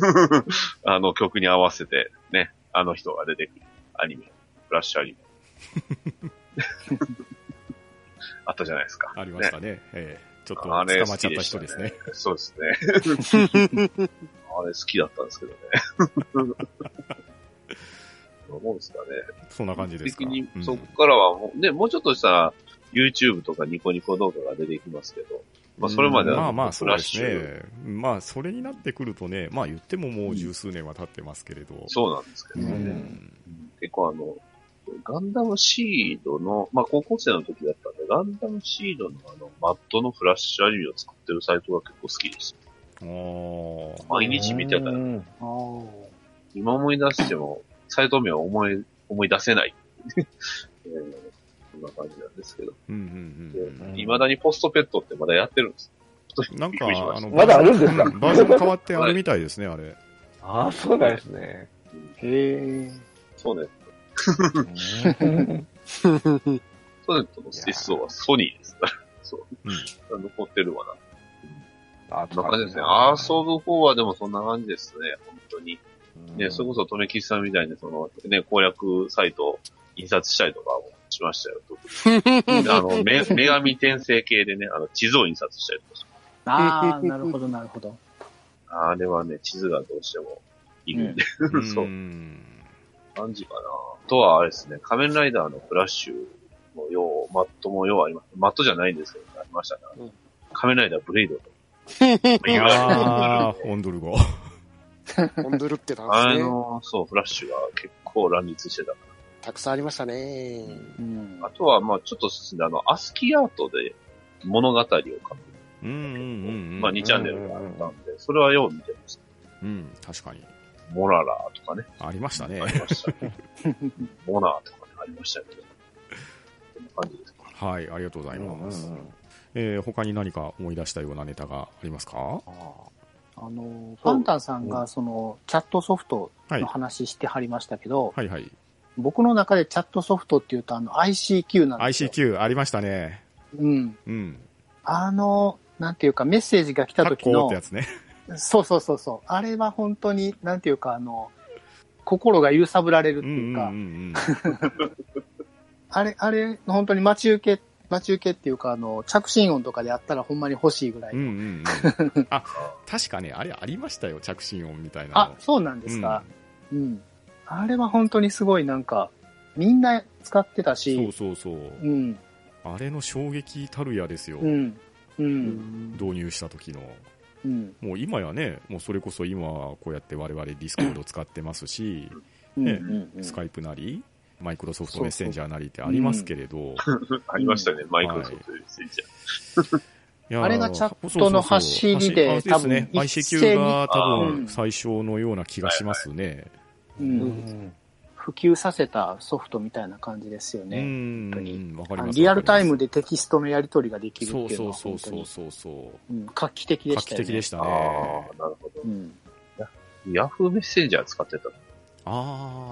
[SPEAKER 5] あの曲に合わせてね、あの人が出てくるアニメ、フラッシュアニメ。 あったじゃないですか。
[SPEAKER 3] ありましたね。ええちょっと捕ま
[SPEAKER 5] あ
[SPEAKER 3] っ
[SPEAKER 5] れ
[SPEAKER 3] ちゃった人ですね。
[SPEAKER 5] そうですね。あれ好きだったんですけどね。 どう思うんですかね。
[SPEAKER 3] そんな感じですか。
[SPEAKER 5] 基本的
[SPEAKER 3] う
[SPEAKER 5] に
[SPEAKER 3] ん
[SPEAKER 5] そこからはもう、ね、もうちょっとしたら、YouTube とかニコニコ動画が出てきますけど、まあそれまで
[SPEAKER 3] うんま
[SPEAKER 5] は
[SPEAKER 3] あまあ、
[SPEAKER 5] フ
[SPEAKER 3] そう
[SPEAKER 5] ラッ
[SPEAKER 3] です
[SPEAKER 5] シュ、
[SPEAKER 3] ね。まあ、それになってくるとね、まあ言ってももう十数年は経ってますけれど。
[SPEAKER 5] そうなんですけど
[SPEAKER 3] う
[SPEAKER 5] ね。
[SPEAKER 3] ん
[SPEAKER 5] 結構あの、ガンダムシードの、まあ高校生の時だったんで、ガンダムシードのあの、マットのフラッシュアニメを作ってるサイトが結構好きでした。
[SPEAKER 3] おー
[SPEAKER 5] 毎日見てたら、
[SPEAKER 2] うん
[SPEAKER 1] あー
[SPEAKER 5] 今思い出しても、サイト名は思い、思い出せない。 えーそんな感じなんですけど。
[SPEAKER 3] うんうん
[SPEAKER 5] で
[SPEAKER 3] うん
[SPEAKER 2] ん
[SPEAKER 5] 未だにポストペットってまだやってるんです。
[SPEAKER 3] うん。なん
[SPEAKER 5] びっ
[SPEAKER 3] か
[SPEAKER 5] くりしまし、た
[SPEAKER 3] あの、
[SPEAKER 2] まだあるんですか
[SPEAKER 3] うバージョン変わってあるみたいですね、あれ。
[SPEAKER 2] ああ、そうなんですね。
[SPEAKER 1] へえ。
[SPEAKER 5] そう
[SPEAKER 2] う
[SPEAKER 5] ね。
[SPEAKER 2] ん
[SPEAKER 5] ソネットの思想はソニーです から。そう。残ってるわな。
[SPEAKER 2] あ
[SPEAKER 5] そんな感じですね。アーソーブ4はでもそんな感じですね。本当に。ね、それこそ、とめきさんみたいに、その、ね、攻略サイトを印刷したりとかもしましたよ。 あの、め、女神転生系でね、あの、地図を印刷したりとかし
[SPEAKER 1] ああ、なるほど、なるほど。
[SPEAKER 5] あれはね、地図がどうしてもいるんで。 そうう。
[SPEAKER 3] ん。
[SPEAKER 5] 感じかな。あとはあれですね、仮面ライダーのフラッシュのよう、マットもようあります。マットじゃないんですけど、ありました
[SPEAKER 4] う
[SPEAKER 5] ね
[SPEAKER 4] ん。
[SPEAKER 5] 仮面ライダーブレイドと。い
[SPEAKER 3] ああ
[SPEAKER 5] わゆる
[SPEAKER 3] ー、オンドル語。
[SPEAKER 4] オンドゥルってたん
[SPEAKER 5] あ
[SPEAKER 4] ですね。
[SPEAKER 5] の、そう、フラッシュが結構乱立してた。
[SPEAKER 4] たくさんありましたね。
[SPEAKER 1] うん
[SPEAKER 5] あ。とは、まあちょっと進んで、あの、アスキーアートで物語を書く。
[SPEAKER 3] うんうんうんうん。
[SPEAKER 5] まあ2チャンネルがあったんで、それはよう見てました。
[SPEAKER 3] うん、確かに。
[SPEAKER 5] モララーとかね、
[SPEAKER 3] ありましたね
[SPEAKER 5] あ。りました ね。モナーとかね、ありましたけど。そんな感じですか。
[SPEAKER 3] はい、ありがとうございます。えー他に何か思い出したようなネタがありますか
[SPEAKER 1] あの、パンタンさんが、その、チャットソフトの話してはりましたけど、
[SPEAKER 3] はいはい。
[SPEAKER 1] 僕の中でチャットソフトっていうと、あの、ICQ なんですよ。
[SPEAKER 3] ICQ ありましたね。
[SPEAKER 1] うん。
[SPEAKER 3] うん。
[SPEAKER 1] あの、なんていうか、メッセージが来た
[SPEAKER 3] タッ
[SPEAKER 1] 時
[SPEAKER 3] コーっ
[SPEAKER 1] の
[SPEAKER 3] て、やつね。
[SPEAKER 1] そうそうそうそう。あれは本当に、なんていうか、あの、心が揺さぶられるっ
[SPEAKER 3] う
[SPEAKER 1] て
[SPEAKER 3] んう
[SPEAKER 1] いうんか、
[SPEAKER 3] うん
[SPEAKER 1] あれ、あれ、本当に待ち受け、待ち受けっていうか、あの、着信音とかでやったらほんまに欲しいぐらい。
[SPEAKER 3] うん。うんうんうん。あ、確かね、あれありましたよ、着信音みたいな
[SPEAKER 1] あ
[SPEAKER 3] の、。
[SPEAKER 1] そうなんですか、うん。あれは本当にすごいなんか、みんな使ってた
[SPEAKER 3] うんそ
[SPEAKER 1] し
[SPEAKER 3] う、そうそう。
[SPEAKER 1] うん、
[SPEAKER 3] あれの衝撃たるやですよ。
[SPEAKER 1] うん、うん、
[SPEAKER 3] 導入した時の。
[SPEAKER 1] うん、
[SPEAKER 3] もう今やね、もうそれこそ今、こうやって我々ディスコード使ってますし、
[SPEAKER 1] うん、
[SPEAKER 3] ね
[SPEAKER 1] うん
[SPEAKER 3] スカイプなり、マイクロソフトメッセンジャーなりってありますけれど、
[SPEAKER 5] ありましたね、マイクロソフトでついちゃ
[SPEAKER 3] いやー
[SPEAKER 1] あれがチャットの走りで
[SPEAKER 3] そうそうそうあそうすね
[SPEAKER 1] 多分一斉に
[SPEAKER 3] ICQ が多
[SPEAKER 1] う
[SPEAKER 3] 分
[SPEAKER 1] ん
[SPEAKER 3] 最初のような気がしますね。
[SPEAKER 1] うん
[SPEAKER 2] うん
[SPEAKER 1] 普及させたソフトみたいな感じですよ
[SPEAKER 3] う
[SPEAKER 1] ね。
[SPEAKER 3] ん、
[SPEAKER 1] 本当
[SPEAKER 3] わか
[SPEAKER 1] あ
[SPEAKER 3] り
[SPEAKER 1] の
[SPEAKER 3] ます。
[SPEAKER 1] リアルタイム
[SPEAKER 3] で
[SPEAKER 1] でテキストのやり取りができるって
[SPEAKER 3] そう
[SPEAKER 1] いうの
[SPEAKER 3] そ
[SPEAKER 1] は
[SPEAKER 3] うそ
[SPEAKER 1] 本
[SPEAKER 3] う
[SPEAKER 1] 当
[SPEAKER 3] そ
[SPEAKER 1] に
[SPEAKER 3] うそうそう。
[SPEAKER 1] うん画期的で
[SPEAKER 3] 画
[SPEAKER 1] し
[SPEAKER 3] 期
[SPEAKER 1] たよね。
[SPEAKER 3] 的でした
[SPEAKER 5] う。あ
[SPEAKER 3] ね。
[SPEAKER 5] あー、なるほど。
[SPEAKER 1] うん。
[SPEAKER 5] ヤフーメッセンジャー使ってた。
[SPEAKER 3] あ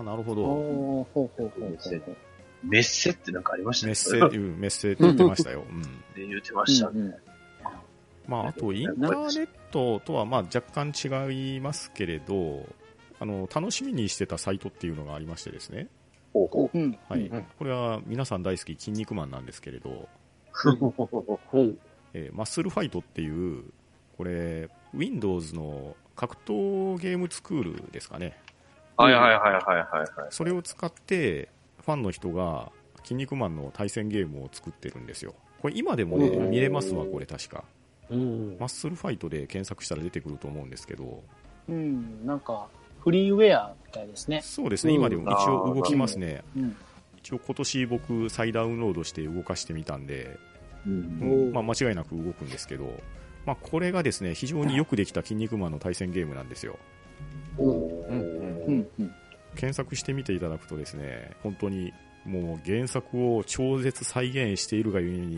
[SPEAKER 3] あ、なるほ
[SPEAKER 1] お
[SPEAKER 3] ど。
[SPEAKER 1] ーほうほうほうほうほ
[SPEAKER 5] メッセってなんかありました
[SPEAKER 3] メ
[SPEAKER 5] ね。
[SPEAKER 3] ッセ、うんメッセって言ってましたよ。うん。
[SPEAKER 5] で言ってま
[SPEAKER 1] う。
[SPEAKER 5] した
[SPEAKER 1] う
[SPEAKER 5] ね。
[SPEAKER 1] んうん
[SPEAKER 3] まあ、あ と、インターネットとはまあ若干違いますけれど、あの、楽しみにしてたサイトっていうのがありましてですね。
[SPEAKER 5] ほうほう
[SPEAKER 1] うん。
[SPEAKER 3] はい
[SPEAKER 2] うん。
[SPEAKER 3] これは皆さん大好き、筋肉マンなんですけれど、
[SPEAKER 2] ほう。
[SPEAKER 3] えーマッスルファイトっていう、これ、Windows の格闘ゲームスクールですかね。
[SPEAKER 5] はいはいはいはいはいはい。
[SPEAKER 3] それを使って、ファンの人が、筋肉マンの対戦ゲームを作ってるんですよ。これ今でもね、
[SPEAKER 2] うん
[SPEAKER 3] 見れますわ、これ確か。
[SPEAKER 2] うん
[SPEAKER 3] マッスルファイトで検索したら出てくると思うんですけど、
[SPEAKER 1] うん、なんか、フリーウェアみたいですね。
[SPEAKER 3] そうですね、
[SPEAKER 2] うん
[SPEAKER 3] 今でも一応動きますね。
[SPEAKER 1] うん。
[SPEAKER 3] 一応今年僕再ダウンロードして動かしてみたんで、
[SPEAKER 5] うん
[SPEAKER 4] おう
[SPEAKER 3] まあ、間違いなく動くんですけど、まあ、これがですね、非常によくできた筋肉マンの対戦ゲームなんですよ。
[SPEAKER 2] うん
[SPEAKER 1] うん、うん。
[SPEAKER 3] 検索してみていただくとですね、本当にもう原作を超絶再現しているがゆえに、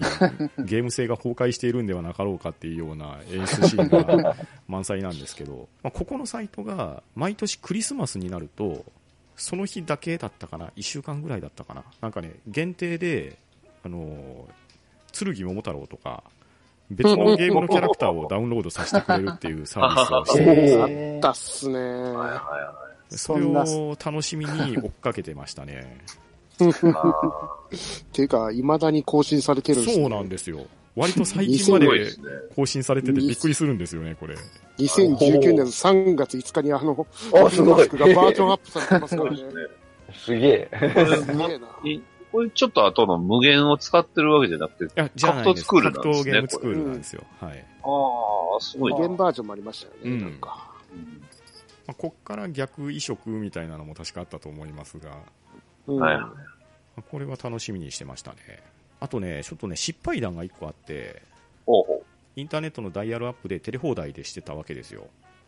[SPEAKER 3] ゲーム性が崩壊しているんではなかろうかっていうような演出シーンが満載なんですけど、まあ、ここのサイトが毎年クリスマスになると、その日だけだったかな、1週間ぐらいだったかな、なんかね、限定で、あのー、剣桃太郎とか、別のゲームのキャラクターをダウンロードさせてくれるっていうサービスをして
[SPEAKER 2] へー
[SPEAKER 4] あったっすね。
[SPEAKER 5] はいは
[SPEAKER 3] それを楽しみに追っかけてましたね。
[SPEAKER 5] いは
[SPEAKER 4] っていうか、未だに更新されてるんですね
[SPEAKER 3] そうなんですよ。割と最 近
[SPEAKER 5] い。
[SPEAKER 3] ます
[SPEAKER 5] ごいで
[SPEAKER 3] です
[SPEAKER 5] ね。
[SPEAKER 3] 更新されててびっくりするんですよね、これ。
[SPEAKER 4] 2019年の3月5日にあの、
[SPEAKER 2] あ、すご
[SPEAKER 4] マ
[SPEAKER 2] い
[SPEAKER 4] ス。クがバージョンアップされてます
[SPEAKER 5] そ
[SPEAKER 4] か
[SPEAKER 5] う
[SPEAKER 4] ら
[SPEAKER 5] で
[SPEAKER 4] ね
[SPEAKER 5] す。ね。
[SPEAKER 2] すげえ。
[SPEAKER 5] これ
[SPEAKER 4] すげえな。
[SPEAKER 5] これち ょっと後の無限を使ってるわけじゃなく
[SPEAKER 3] い
[SPEAKER 5] て、
[SPEAKER 3] や、じゃないです。
[SPEAKER 5] 格闘スクールなん
[SPEAKER 3] 格
[SPEAKER 5] です
[SPEAKER 3] 闘
[SPEAKER 5] ね
[SPEAKER 3] ゲームスクールなんですよ。はい。
[SPEAKER 5] ああ、すごい
[SPEAKER 4] 無
[SPEAKER 5] ね。
[SPEAKER 4] 限バージョンもありましたよ
[SPEAKER 3] う
[SPEAKER 4] ね、
[SPEAKER 3] ん
[SPEAKER 4] なんか。
[SPEAKER 3] まあ、こっから逆移植みたいなのも確かあったと思いますが、ま
[SPEAKER 4] うん
[SPEAKER 5] はい
[SPEAKER 3] あこれは楽しみにしてましたね。あとね、ちょっとね、失敗談が一個あって、
[SPEAKER 5] ほうほ
[SPEAKER 3] インターネットのダイヤルアップでテレ放題でしてたわけですよ。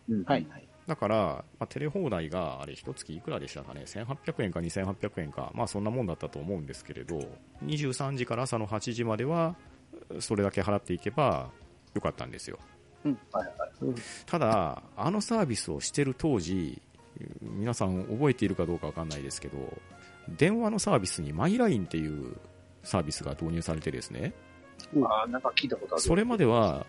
[SPEAKER 5] う。うん
[SPEAKER 1] はい、。はい。
[SPEAKER 3] だから、まあ、テレ放題が、あれ、一月いくらでしたかね、1800円か2800円か、まあ、そんなもんだったと思うんですけれど、23時から朝の8時までは、それだけ払っていけばよかったんですよ。
[SPEAKER 1] うん
[SPEAKER 5] はい
[SPEAKER 4] うん
[SPEAKER 3] ただ、あのサービスをしてる当時、皆さん覚えているかどうかわかんないですけど、電話のサービスにマイラインっていうサービスが導入されてですね、
[SPEAKER 5] ああ、なんか聞いたことある。
[SPEAKER 3] それまでは、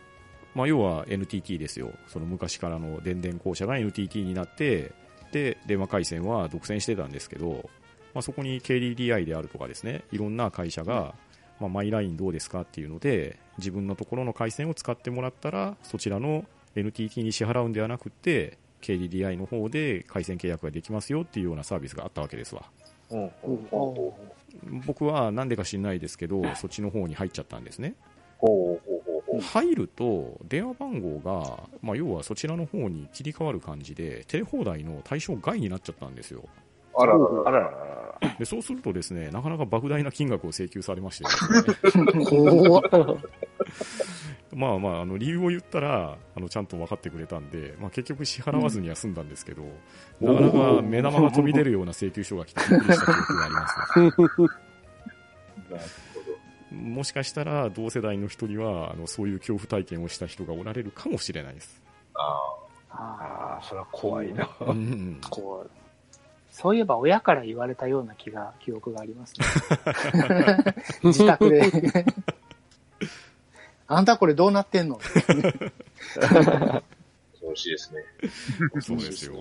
[SPEAKER 3] まあ、要は NTT ですよ。その昔からの電電公社が NTT になって、で、電話回線は独占してたんですけど、まあ、そこに KDDI であるとかですね、いろんな会社が、まあ、マイラインどうですかっていうので、自分のところの回線を使ってもらったら、そちらの NTT に支払うんではなくて、KDDI の方で回線契約ができますよっていうようなサービスがあったわけですわ。
[SPEAKER 2] うん。
[SPEAKER 1] お
[SPEAKER 3] 僕はなんでか知らないですけど、そっちの方に入っちゃったんですね。
[SPEAKER 5] ほうほうほうほう。
[SPEAKER 3] 入ると電話番号が、まあ、要はそちらの方に切り替わる感じでテレ放題の対象外になっちゃったんですよ
[SPEAKER 5] あららら
[SPEAKER 2] あららら
[SPEAKER 3] でそうするとですねなかなか莫大な金額を請求されましてです ね
[SPEAKER 4] 怖っ
[SPEAKER 3] まあまああの理由を言ったらあのちゃんと分かってくれたんで、まあ、結局支払わずには済んだんですけど、なかなか目玉が飛び出るような請求書が来てびっくりした記憶がありますね もしかしたら同世代の人にはあのそういう恐怖体験をした人がおられるかもしれないです、
[SPEAKER 5] あ
[SPEAKER 1] ああ
[SPEAKER 2] ああ、それは怖いな。
[SPEAKER 3] うんうん
[SPEAKER 4] 怖い。
[SPEAKER 1] そういえば親から言われたような気が、記憶がありますね。自宅 で。あんたこれどうなってんの
[SPEAKER 5] あ、恐ろしいですね。
[SPEAKER 3] そうですよ。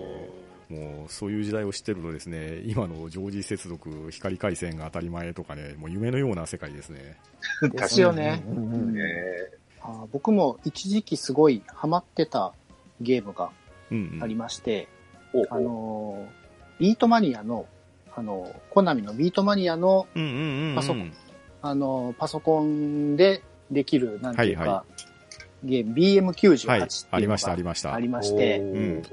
[SPEAKER 3] もう、そういう時代を知ってるとですね、今の常時接続、光回線が当たり前とかね、もう夢のような世界ですね。
[SPEAKER 1] ですよね。
[SPEAKER 2] うん
[SPEAKER 5] ね
[SPEAKER 1] あー僕も一時期すごいハマってたゲームが
[SPEAKER 3] うん、うん。
[SPEAKER 1] ありまして、
[SPEAKER 5] ほう
[SPEAKER 1] あ
[SPEAKER 5] ほう。
[SPEAKER 1] のービートマニアの、あのーコナミのビートマニアの、
[SPEAKER 3] うんうんうんうん。
[SPEAKER 1] あそうあのーパソコンでできる、なんていうか、
[SPEAKER 3] は
[SPEAKER 1] ゲーム、
[SPEAKER 3] はい
[SPEAKER 1] BM98 っ。て
[SPEAKER 3] あ
[SPEAKER 1] い
[SPEAKER 3] り
[SPEAKER 1] うの
[SPEAKER 3] ました、あ
[SPEAKER 1] が
[SPEAKER 3] りました。
[SPEAKER 1] ありまして、
[SPEAKER 3] うん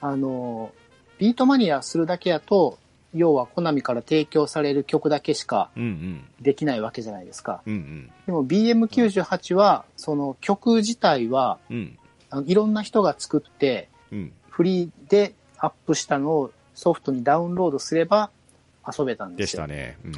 [SPEAKER 1] あのービートマニアするだけやと、要はコナミから提供される曲だけしか
[SPEAKER 3] うんうん。
[SPEAKER 1] できないわけじゃないですか。
[SPEAKER 3] うんうん。
[SPEAKER 1] でも BM98 は、その曲自体は、
[SPEAKER 3] うん。
[SPEAKER 1] あのいろんな人が作って、
[SPEAKER 3] うん。
[SPEAKER 1] フリーでアップしたのをソフトにダウンロードすれば遊べたん
[SPEAKER 3] で
[SPEAKER 1] で
[SPEAKER 3] し
[SPEAKER 1] すよ。
[SPEAKER 3] たね。う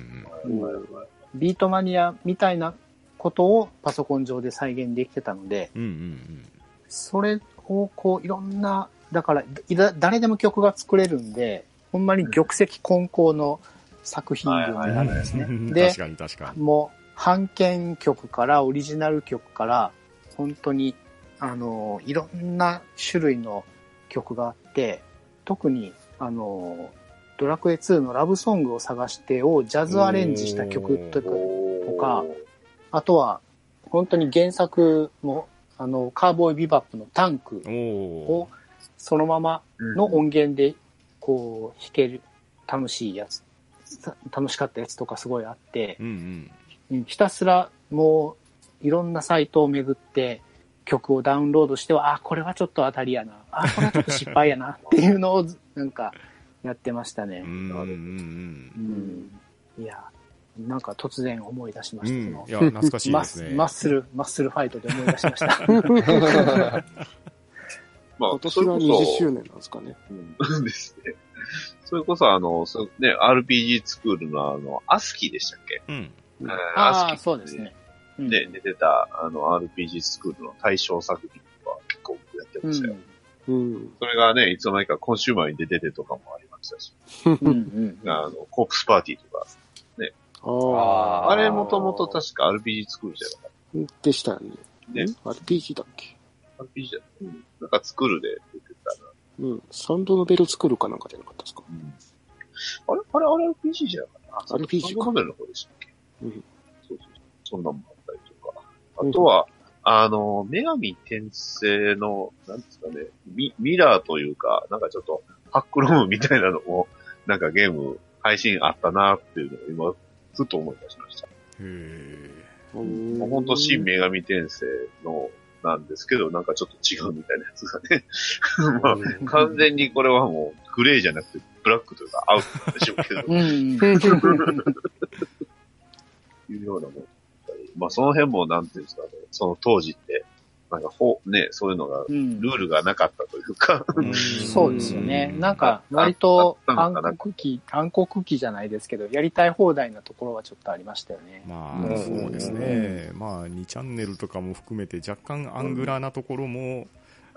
[SPEAKER 3] んうん。
[SPEAKER 1] ビートマニアみたいなことをパソコン上で再現できてたので、
[SPEAKER 3] うんうん
[SPEAKER 1] それをこういろんな、だからいだ誰でも曲が作れるんで、ほんまに玉石混交の作品群になるんです
[SPEAKER 3] う
[SPEAKER 1] ね。
[SPEAKER 3] ん。
[SPEAKER 1] で
[SPEAKER 3] 確かに確かに。
[SPEAKER 1] もう、版権曲からオリジナル曲から、本当に、あの、いろんな種類の曲があって、特に、あの、ドラクエ2のラブソングを探してをジャズアレンジした曲とか、
[SPEAKER 5] と
[SPEAKER 1] とかあとは、本当に原作も、あの、カーボーイビバップのタンク
[SPEAKER 3] お
[SPEAKER 1] を
[SPEAKER 3] お。
[SPEAKER 1] そのままの音源で、こう、弾ける、楽しいやつ、さ楽しかったやつとかすごいあって、
[SPEAKER 3] うんうん。
[SPEAKER 1] うんひたすらもう、いろんなサイトを巡って、曲をダウンロードしては、あ、これはちょっと当たりやな。あ、これはちょっと失敗やな。 っていうのを、なんか、やってましたね。
[SPEAKER 3] うんうんうん
[SPEAKER 1] うんいや、なんか突然思い出しま
[SPEAKER 3] う
[SPEAKER 1] した。そ
[SPEAKER 3] ん。うん
[SPEAKER 1] の。
[SPEAKER 3] いや、懐かしい
[SPEAKER 1] マ
[SPEAKER 3] です
[SPEAKER 1] ス
[SPEAKER 3] ね。
[SPEAKER 1] マッスル、マッスルファイトで思い出しました。
[SPEAKER 5] ま
[SPEAKER 4] 今
[SPEAKER 5] あ、
[SPEAKER 4] 年
[SPEAKER 5] それ
[SPEAKER 4] は
[SPEAKER 5] こ
[SPEAKER 4] 20
[SPEAKER 5] そ
[SPEAKER 4] 周、年なんですかね。うん
[SPEAKER 5] ですね。それこそ、あの、そうね、RPG スクールのあの、アスキーでしたっけ
[SPEAKER 3] うん。
[SPEAKER 5] うん
[SPEAKER 1] あ
[SPEAKER 5] ア
[SPEAKER 1] あ、
[SPEAKER 5] スキ
[SPEAKER 1] そうですね。うん
[SPEAKER 5] で出てた、あの、RPG スクールの対象作品とか結構僕やって
[SPEAKER 1] う
[SPEAKER 5] ましたよ。
[SPEAKER 1] ん。
[SPEAKER 4] うん。
[SPEAKER 5] それがね、いつの間にか今週前に出ててとかもありましたし、
[SPEAKER 1] うんうん
[SPEAKER 5] あの、コープスパーティーとか、
[SPEAKER 4] あ
[SPEAKER 5] あれもともと確か RPG 作るじゃなかっ
[SPEAKER 4] あ、でしたよね。
[SPEAKER 5] ね
[SPEAKER 4] ん RPG だっけ
[SPEAKER 5] た。RPG じゃない、うん、なんか作るで出てたな。
[SPEAKER 4] うん。サウンドノベル作るかなんかじゃなかったですか
[SPEAKER 5] あれあれあれ RPG じゃなかったあ
[SPEAKER 4] RPG か
[SPEAKER 5] カメラの方でしたっけ
[SPEAKER 4] うん
[SPEAKER 5] そうそうそう。そんなんもあったりとか。あとは、あの、女神転生の、なんですかね、ミミラーというか、なんかちょっと、ハックロムみたいなのも、なんかゲーム配信あったなっていうのを今、ふと思い出しました。
[SPEAKER 3] へえ。
[SPEAKER 5] もう本当、新女神転生の、なんですけど、なんかちょっと違うみたいなやつがね。 まあ、
[SPEAKER 4] うん
[SPEAKER 5] 完全にこれはもう、グレーじゃなくて、ブラックというか、アウトなんでしょうけど、
[SPEAKER 1] うん。
[SPEAKER 5] いうようなもん。まあ、その辺も、なんていうんですかね、その当時って、なんか、ほう、ね、そういうのが、
[SPEAKER 1] うん
[SPEAKER 5] ルールがなかったというか、
[SPEAKER 3] うん
[SPEAKER 1] そうですよね。なんか、割と暗黒期、暗黒期じゃないですけど、やりたい放題なところはちょっとありましたよね。
[SPEAKER 3] まあ、
[SPEAKER 2] うん
[SPEAKER 3] そうですね。まあ、2チャンネルとかも含めて若干アングラなところも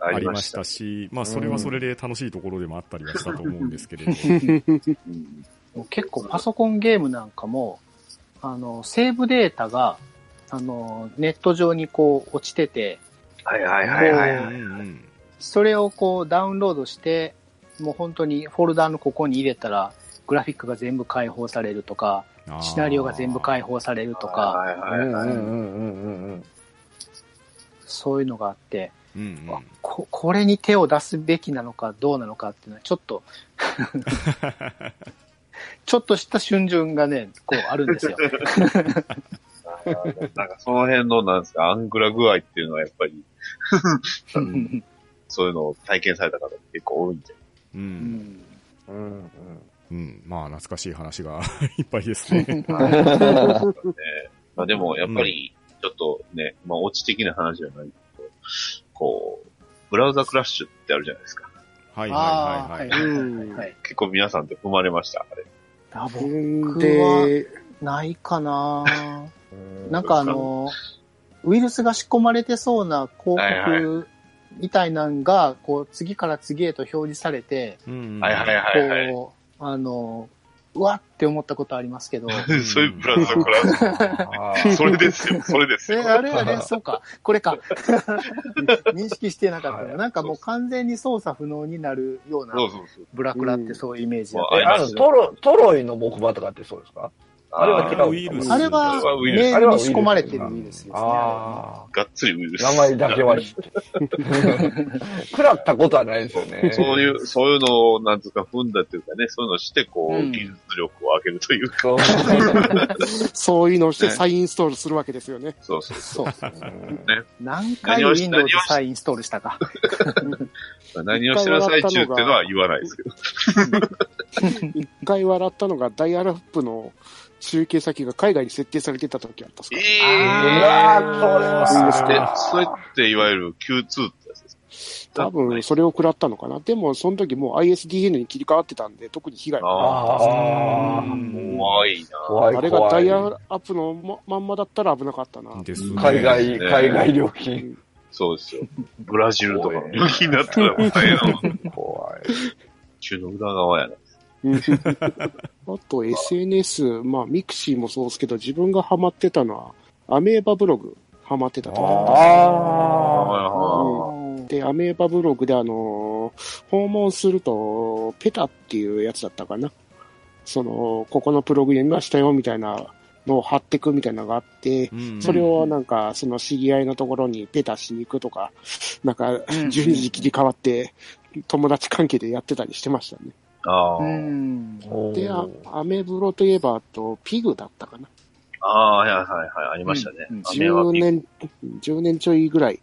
[SPEAKER 3] ありましたし、まあ、それはそれで楽しいところでもあったりはしたと思うんですけれど。
[SPEAKER 5] うん
[SPEAKER 1] もう結構パソコンゲームなんかも、あの、セーブデータが、あの、ネット上にこう落ちてて、
[SPEAKER 5] はいはいはいはいはい。
[SPEAKER 3] うんうん
[SPEAKER 1] それをこうダウンロードして、もう本当にフォルダーのここに入れたら、グラフィックが全部解放されるとか、
[SPEAKER 3] あー
[SPEAKER 1] シナリオが全部解放されるとか、
[SPEAKER 5] はいは
[SPEAKER 2] う
[SPEAKER 5] いはい
[SPEAKER 2] んうんうんうんうんうん。
[SPEAKER 1] そういうのがあって、
[SPEAKER 3] うんうん
[SPEAKER 1] あここれに手を出すべきなのかどうなのかっていうのは、ちょっ と、ちょっとした瞬順がね、こうあるんですよ。
[SPEAKER 5] なんかその辺の、なんですか、アングラ具合っていうのはやっぱり、
[SPEAKER 1] うん
[SPEAKER 5] そういうのを体験された方結構多いんじゃ
[SPEAKER 3] う。
[SPEAKER 1] うんん
[SPEAKER 2] うんうん。
[SPEAKER 3] うん。まあ、懐かしい話が いっぱいですね。
[SPEAKER 5] まあでも、やっぱり、ちょっとね、まあ、オチ的な話じゃないけど、こう、ブラウザクラッシュってあるじゃないですか。
[SPEAKER 3] はい
[SPEAKER 1] あー
[SPEAKER 3] は
[SPEAKER 1] はい
[SPEAKER 3] はいい
[SPEAKER 1] は
[SPEAKER 3] はい。
[SPEAKER 1] いはいはい。
[SPEAKER 5] 結構皆さんって踏まれました、あれ。
[SPEAKER 1] あ僕
[SPEAKER 4] で、
[SPEAKER 1] ないかな
[SPEAKER 2] うん
[SPEAKER 1] なんかあの、ウイルスが仕込まれてそうな広
[SPEAKER 5] はい
[SPEAKER 1] 告みたいなんが、こう、次から次へと表示されて、
[SPEAKER 3] うん
[SPEAKER 5] はいはいはいはい。
[SPEAKER 1] こう、あの、うわって思ったことありますけど、
[SPEAKER 5] そういうブラウザクラッシ
[SPEAKER 2] あ
[SPEAKER 5] ュ。
[SPEAKER 2] ー
[SPEAKER 5] それですよ、それです
[SPEAKER 1] え、
[SPEAKER 5] よ。
[SPEAKER 1] あれあ れ、そうか、これか。認識してなかった
[SPEAKER 2] は
[SPEAKER 1] な。
[SPEAKER 2] い
[SPEAKER 1] なんかもう完全に操作不能になるような
[SPEAKER 5] そうそうそう。
[SPEAKER 1] ブラクラってそういうイメージ
[SPEAKER 5] うん
[SPEAKER 1] だ
[SPEAKER 5] あ
[SPEAKER 2] え、
[SPEAKER 5] り
[SPEAKER 2] あ
[SPEAKER 5] ま
[SPEAKER 2] の、
[SPEAKER 5] すよ
[SPEAKER 2] トロ、トロイの木馬とかってそうですかあれは違う
[SPEAKER 5] あー
[SPEAKER 3] ウイルス。
[SPEAKER 1] あれは
[SPEAKER 5] それはウイル
[SPEAKER 1] メ
[SPEAKER 5] ス。
[SPEAKER 1] ールに仕込まれてるウイルスですね。
[SPEAKER 2] あ
[SPEAKER 5] がっつりウイル
[SPEAKER 2] あ。
[SPEAKER 5] ス。
[SPEAKER 2] 名前だけは知って。食らったことはないですよね。
[SPEAKER 5] そういう、そういうのを、なんとか踏んだっていうかね、そういうのをして、こ
[SPEAKER 1] う
[SPEAKER 5] う、
[SPEAKER 1] ん
[SPEAKER 5] 技術力を上げると いうか、
[SPEAKER 2] そう。
[SPEAKER 4] そういうのをして
[SPEAKER 5] ね
[SPEAKER 4] 再インストールするわけですよね。
[SPEAKER 5] そうそう。
[SPEAKER 1] そうですね。
[SPEAKER 2] うん
[SPEAKER 1] 何回
[SPEAKER 5] 何をし
[SPEAKER 1] Windows 再インストールしたか。
[SPEAKER 5] 何をしてなさい中っていうのは言わないですけど。
[SPEAKER 4] 一回笑ったのが、ダイヤルアップの中継先が海外に設定されてた時あったんです
[SPEAKER 5] え
[SPEAKER 4] か
[SPEAKER 2] う
[SPEAKER 5] え
[SPEAKER 2] わ
[SPEAKER 1] あー
[SPEAKER 2] ーそれ
[SPEAKER 5] で
[SPEAKER 2] は。、
[SPEAKER 5] それっていわゆる Q2 ってやつですか
[SPEAKER 4] 多分それを食らったのかな。でも、その時もう ISDN に切り替わってたんで、特に被害
[SPEAKER 3] う
[SPEAKER 2] ああ。
[SPEAKER 4] は
[SPEAKER 3] ん
[SPEAKER 5] 怖いな
[SPEAKER 2] 怖い怖い。
[SPEAKER 4] あれがダイヤルアップのままんまだったら危なかったな。
[SPEAKER 3] ですね。
[SPEAKER 2] 海外、
[SPEAKER 5] ね
[SPEAKER 2] 海外料金。
[SPEAKER 5] そうですよ。ブラジルとかの病気にな ったらもう大変なの。
[SPEAKER 2] 怖い。
[SPEAKER 5] 中の裏側やな。
[SPEAKER 4] あと SNS、まあ、ミクシーもそうですけど、自分がハマってたのは、アメーバブログ、ハマってたと思います。
[SPEAKER 2] ああ。
[SPEAKER 4] で、アメーバブログで、あのー訪問すると、ペタっていうやつだったかな。その、ここのプログラムがしたよみたいなのを貼ってくみたいなのがあって、
[SPEAKER 3] うん
[SPEAKER 4] それをなんか、その知り合いのところにペタしに行くとか、なんか、12時切り替わって、友達関係でやってたりしてましたね。
[SPEAKER 5] ああ、
[SPEAKER 1] うん。
[SPEAKER 4] で、あアメブロといえば、あと、ピグだったかな。
[SPEAKER 5] ああー、はいはいはい、ありましたね。
[SPEAKER 1] うんうん
[SPEAKER 5] アメ
[SPEAKER 4] 10
[SPEAKER 5] はピ
[SPEAKER 4] 年、10年ちょいぐらい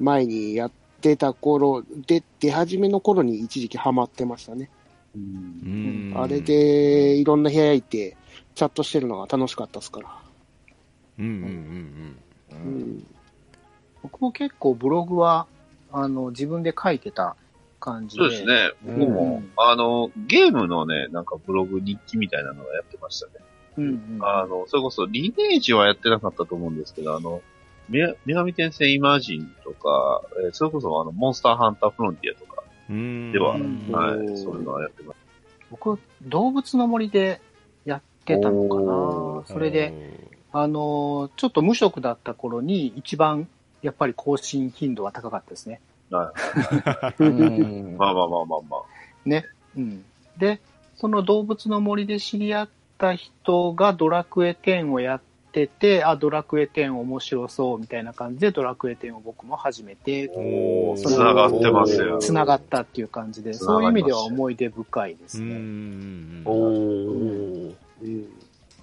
[SPEAKER 4] 前にやってた頃、で、出始めの頃に一時期ハマってましたね。
[SPEAKER 3] う
[SPEAKER 1] うん
[SPEAKER 3] ん
[SPEAKER 4] あれ、で、いろんな部屋行って、チャットしてるのが楽しかったです から。
[SPEAKER 3] うんうんうん
[SPEAKER 4] うん。
[SPEAKER 1] 僕も結構ブログは、あの、自分で書いてた感じで。
[SPEAKER 5] そうですね。
[SPEAKER 2] う
[SPEAKER 5] 僕
[SPEAKER 2] ん
[SPEAKER 5] も、あの、ゲームのね、なんかブログ日記みたいなのがやってましたね。
[SPEAKER 1] うんうん。
[SPEAKER 5] あの、それこそリネージはやってなかったと思うんですけど、あの、女女神転生イマジンとか、えーそれこそあの、モンスターハンターフロンティアとか、
[SPEAKER 3] うんうん。
[SPEAKER 5] では
[SPEAKER 1] うん
[SPEAKER 5] はい、そういうのはやってまし
[SPEAKER 1] 僕、動物の森でやってたのか
[SPEAKER 5] お
[SPEAKER 1] な。それで、、あの、ちょっと無職だった頃に一番、やっぱり更新頻度は高かったですね。
[SPEAKER 5] た。はい。
[SPEAKER 2] うん
[SPEAKER 5] まあまあまあまあまあ。
[SPEAKER 1] うん。で、その動物の森で知り合った人がドラクエ10をやってて、あ、ドラクエ10面白そうみたいな感じでドラクエ10を僕も始めて、
[SPEAKER 3] おー
[SPEAKER 1] それは繋がってます
[SPEAKER 5] よ
[SPEAKER 1] つながったっていう感じで、
[SPEAKER 5] 繋
[SPEAKER 1] そ
[SPEAKER 5] がり
[SPEAKER 1] う
[SPEAKER 5] ま
[SPEAKER 1] いう意
[SPEAKER 5] すね
[SPEAKER 1] 味では思い出深いです
[SPEAKER 3] うんうん
[SPEAKER 1] ね。
[SPEAKER 3] うん。
[SPEAKER 2] お
[SPEAKER 4] うん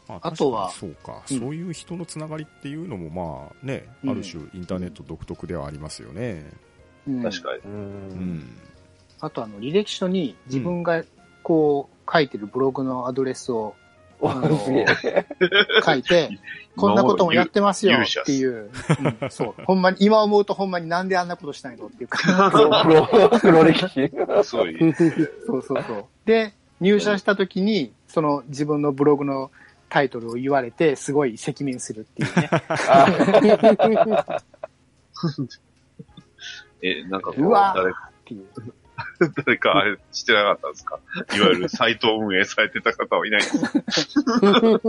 [SPEAKER 3] まあ
[SPEAKER 1] あとは
[SPEAKER 3] 確か
[SPEAKER 1] う
[SPEAKER 3] にそうんか、そういう人のつながりっていうのも、まあね、
[SPEAKER 1] うん
[SPEAKER 3] ある種、インターネット独特ではありますよね。
[SPEAKER 1] うん
[SPEAKER 5] 確かに。
[SPEAKER 3] う
[SPEAKER 2] ー。
[SPEAKER 3] ん。
[SPEAKER 1] あとあの履歴書に自分がこう書いてるブログのアドレスをあの
[SPEAKER 2] すげえ。
[SPEAKER 1] 書いて、こんなこともやってますよ
[SPEAKER 5] 勇者
[SPEAKER 1] っていう、うんそう、 ほんまに、今思うとほんまになんであんなことしたいのっていうか、
[SPEAKER 2] 黒、黒、黒歴史。
[SPEAKER 5] すごい。
[SPEAKER 1] そうそうそう。で、入社した時に、その自分のブログのタイトルを言われて、すごい赤面するっていうね。
[SPEAKER 5] え、なんかこう、
[SPEAKER 1] うわー
[SPEAKER 5] 誰か、
[SPEAKER 1] っていう。
[SPEAKER 5] 誰かあれしてなかったんですかいわゆるサイトを運営されてた方はいないんですか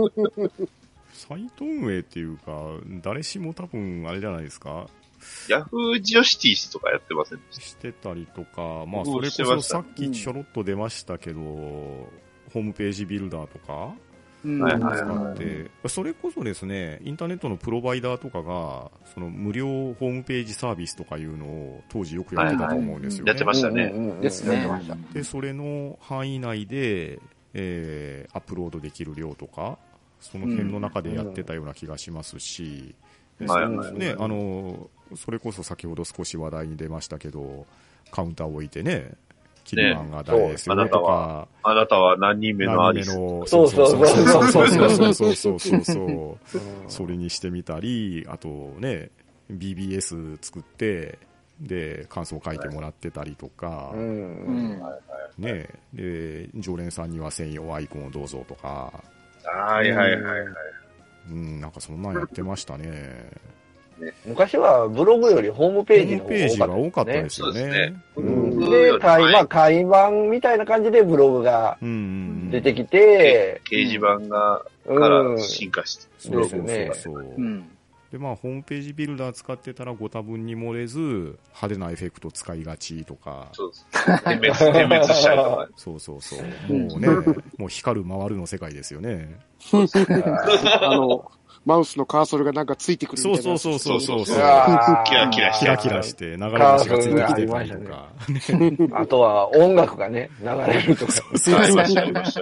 [SPEAKER 3] サイト運営っていうか、誰しも多分、あれじゃないですか、
[SPEAKER 5] ヤフージオシティスとかやってませんでし
[SPEAKER 3] してたりとか、まあ、
[SPEAKER 5] 僕
[SPEAKER 3] そ
[SPEAKER 5] も
[SPEAKER 3] れ
[SPEAKER 5] して
[SPEAKER 3] こ
[SPEAKER 5] ま
[SPEAKER 3] そ
[SPEAKER 5] した
[SPEAKER 3] さっきちょろっと出ましたけど、ホームページビルダーとか
[SPEAKER 1] うん
[SPEAKER 5] はいはい
[SPEAKER 3] 使って、それこそですね、インターネットのプロバイダーとかが、その無料ホームページサービスとかいうのを当時よくやってたと思うんですよね。
[SPEAKER 5] はいはいやってましたね
[SPEAKER 2] うんうんうん
[SPEAKER 1] ですね。
[SPEAKER 2] やってまし
[SPEAKER 3] で、それの範囲内で、えーアップロードできる量とか、その辺の中でやってたような気がしますし、
[SPEAKER 5] うん
[SPEAKER 3] で
[SPEAKER 5] はい
[SPEAKER 2] はい
[SPEAKER 3] そね、あの、それこそ先ほど少し話題に出ましたけど、カウンターを置いてね、キリマンが誰ですよ
[SPEAKER 5] そうあなた
[SPEAKER 3] とか、
[SPEAKER 5] た。あなたは何人目のア
[SPEAKER 3] 何
[SPEAKER 5] リ
[SPEAKER 3] 目
[SPEAKER 5] ス
[SPEAKER 3] の、
[SPEAKER 2] そうそう
[SPEAKER 3] そうそうそうそうそうそうそう。
[SPEAKER 2] た
[SPEAKER 3] それにしてみたり、あとね、BBS 作って、で、感想書いてもらってたりとか、
[SPEAKER 2] うん
[SPEAKER 1] う
[SPEAKER 2] うん
[SPEAKER 1] ん。
[SPEAKER 3] ね、で、常連さんには専用アイコンをどうぞとか、
[SPEAKER 5] はいはいはいはい。
[SPEAKER 3] うん、なんかそんなんやってましたね。
[SPEAKER 2] 昔はブログよりホーム
[SPEAKER 3] ホ
[SPEAKER 2] ページ
[SPEAKER 3] ー
[SPEAKER 2] の
[SPEAKER 3] ムページ
[SPEAKER 2] 方
[SPEAKER 3] が
[SPEAKER 2] が多
[SPEAKER 3] 多
[SPEAKER 2] か
[SPEAKER 3] か
[SPEAKER 2] っ
[SPEAKER 3] ったた
[SPEAKER 2] で
[SPEAKER 3] ですすよ
[SPEAKER 5] そうで
[SPEAKER 3] ね。
[SPEAKER 5] すね
[SPEAKER 3] うん
[SPEAKER 5] 僕
[SPEAKER 2] ね。で、台湾、海版みたいな感じでブログが
[SPEAKER 3] うんうん
[SPEAKER 2] 出てきて、
[SPEAKER 5] 掲示板が、
[SPEAKER 2] う
[SPEAKER 5] から
[SPEAKER 2] ん。
[SPEAKER 5] 進化して、
[SPEAKER 3] そうう
[SPEAKER 2] です
[SPEAKER 3] そ
[SPEAKER 2] よ
[SPEAKER 3] う
[SPEAKER 2] ね
[SPEAKER 3] そうそう。
[SPEAKER 1] うん。
[SPEAKER 3] で、まあ、ホームページビルダー使ってたらご多分に漏れず、派手なエフェクト使いがちとか、
[SPEAKER 5] そうです。点 滅、点滅したりとか。
[SPEAKER 3] そうそうそう。
[SPEAKER 1] うん
[SPEAKER 3] もうね、もう光る回るの世界ですよね。
[SPEAKER 4] あの、マウスのカーソルがなんかついてくる
[SPEAKER 3] そ
[SPEAKER 4] み
[SPEAKER 3] う
[SPEAKER 4] たい
[SPEAKER 3] そ
[SPEAKER 4] な。
[SPEAKER 3] うそうそうそうそう
[SPEAKER 2] う。わー
[SPEAKER 5] キラキラ
[SPEAKER 3] キラキラして、流れ星がついてきてたりとか。
[SPEAKER 2] あとは音楽がね、流れるとか。
[SPEAKER 5] ありましたありました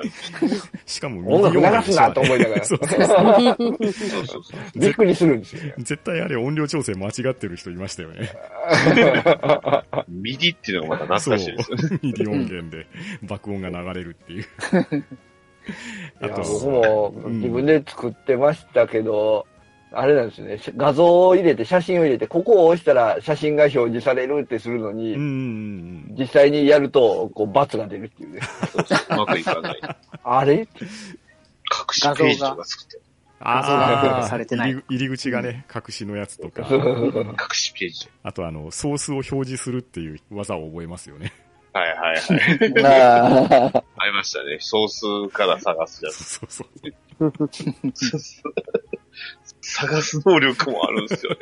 [SPEAKER 3] しかも
[SPEAKER 2] 音楽流すなと思いなが ら。
[SPEAKER 3] そうそう
[SPEAKER 5] そうそうそう。
[SPEAKER 2] びっくりするんですよ。
[SPEAKER 3] 絶対あれ音量調整間違ってる人いましたよね。
[SPEAKER 5] ミディっていうのがまた懐かしいですよね。
[SPEAKER 3] ミディ音源で爆音が流れるっていう。
[SPEAKER 2] い
[SPEAKER 3] あ
[SPEAKER 2] や
[SPEAKER 3] と、
[SPEAKER 2] 僕も
[SPEAKER 3] うん
[SPEAKER 2] 自分で作ってましたけど、あれなんですね、画像を入れて、写真を入れて、ここを押したら写真が表示されるってするのに、
[SPEAKER 3] うんうん
[SPEAKER 2] 実際にやると、こう、罰が出るっていう ね。
[SPEAKER 5] うまくいかない。隠
[SPEAKER 2] あれ
[SPEAKER 5] しページとか作って、
[SPEAKER 1] 画像がされてない
[SPEAKER 3] 入り入り口がね、隠しのやつとか、
[SPEAKER 5] 隠しページ。
[SPEAKER 3] あとあの、ソースを表示するっていう技を覚えますよね。
[SPEAKER 5] はいはいはい。
[SPEAKER 2] なあ
[SPEAKER 5] ありましたね。ソースから探すやつ。
[SPEAKER 3] そうそう。
[SPEAKER 5] 探す能力もあるんですよね。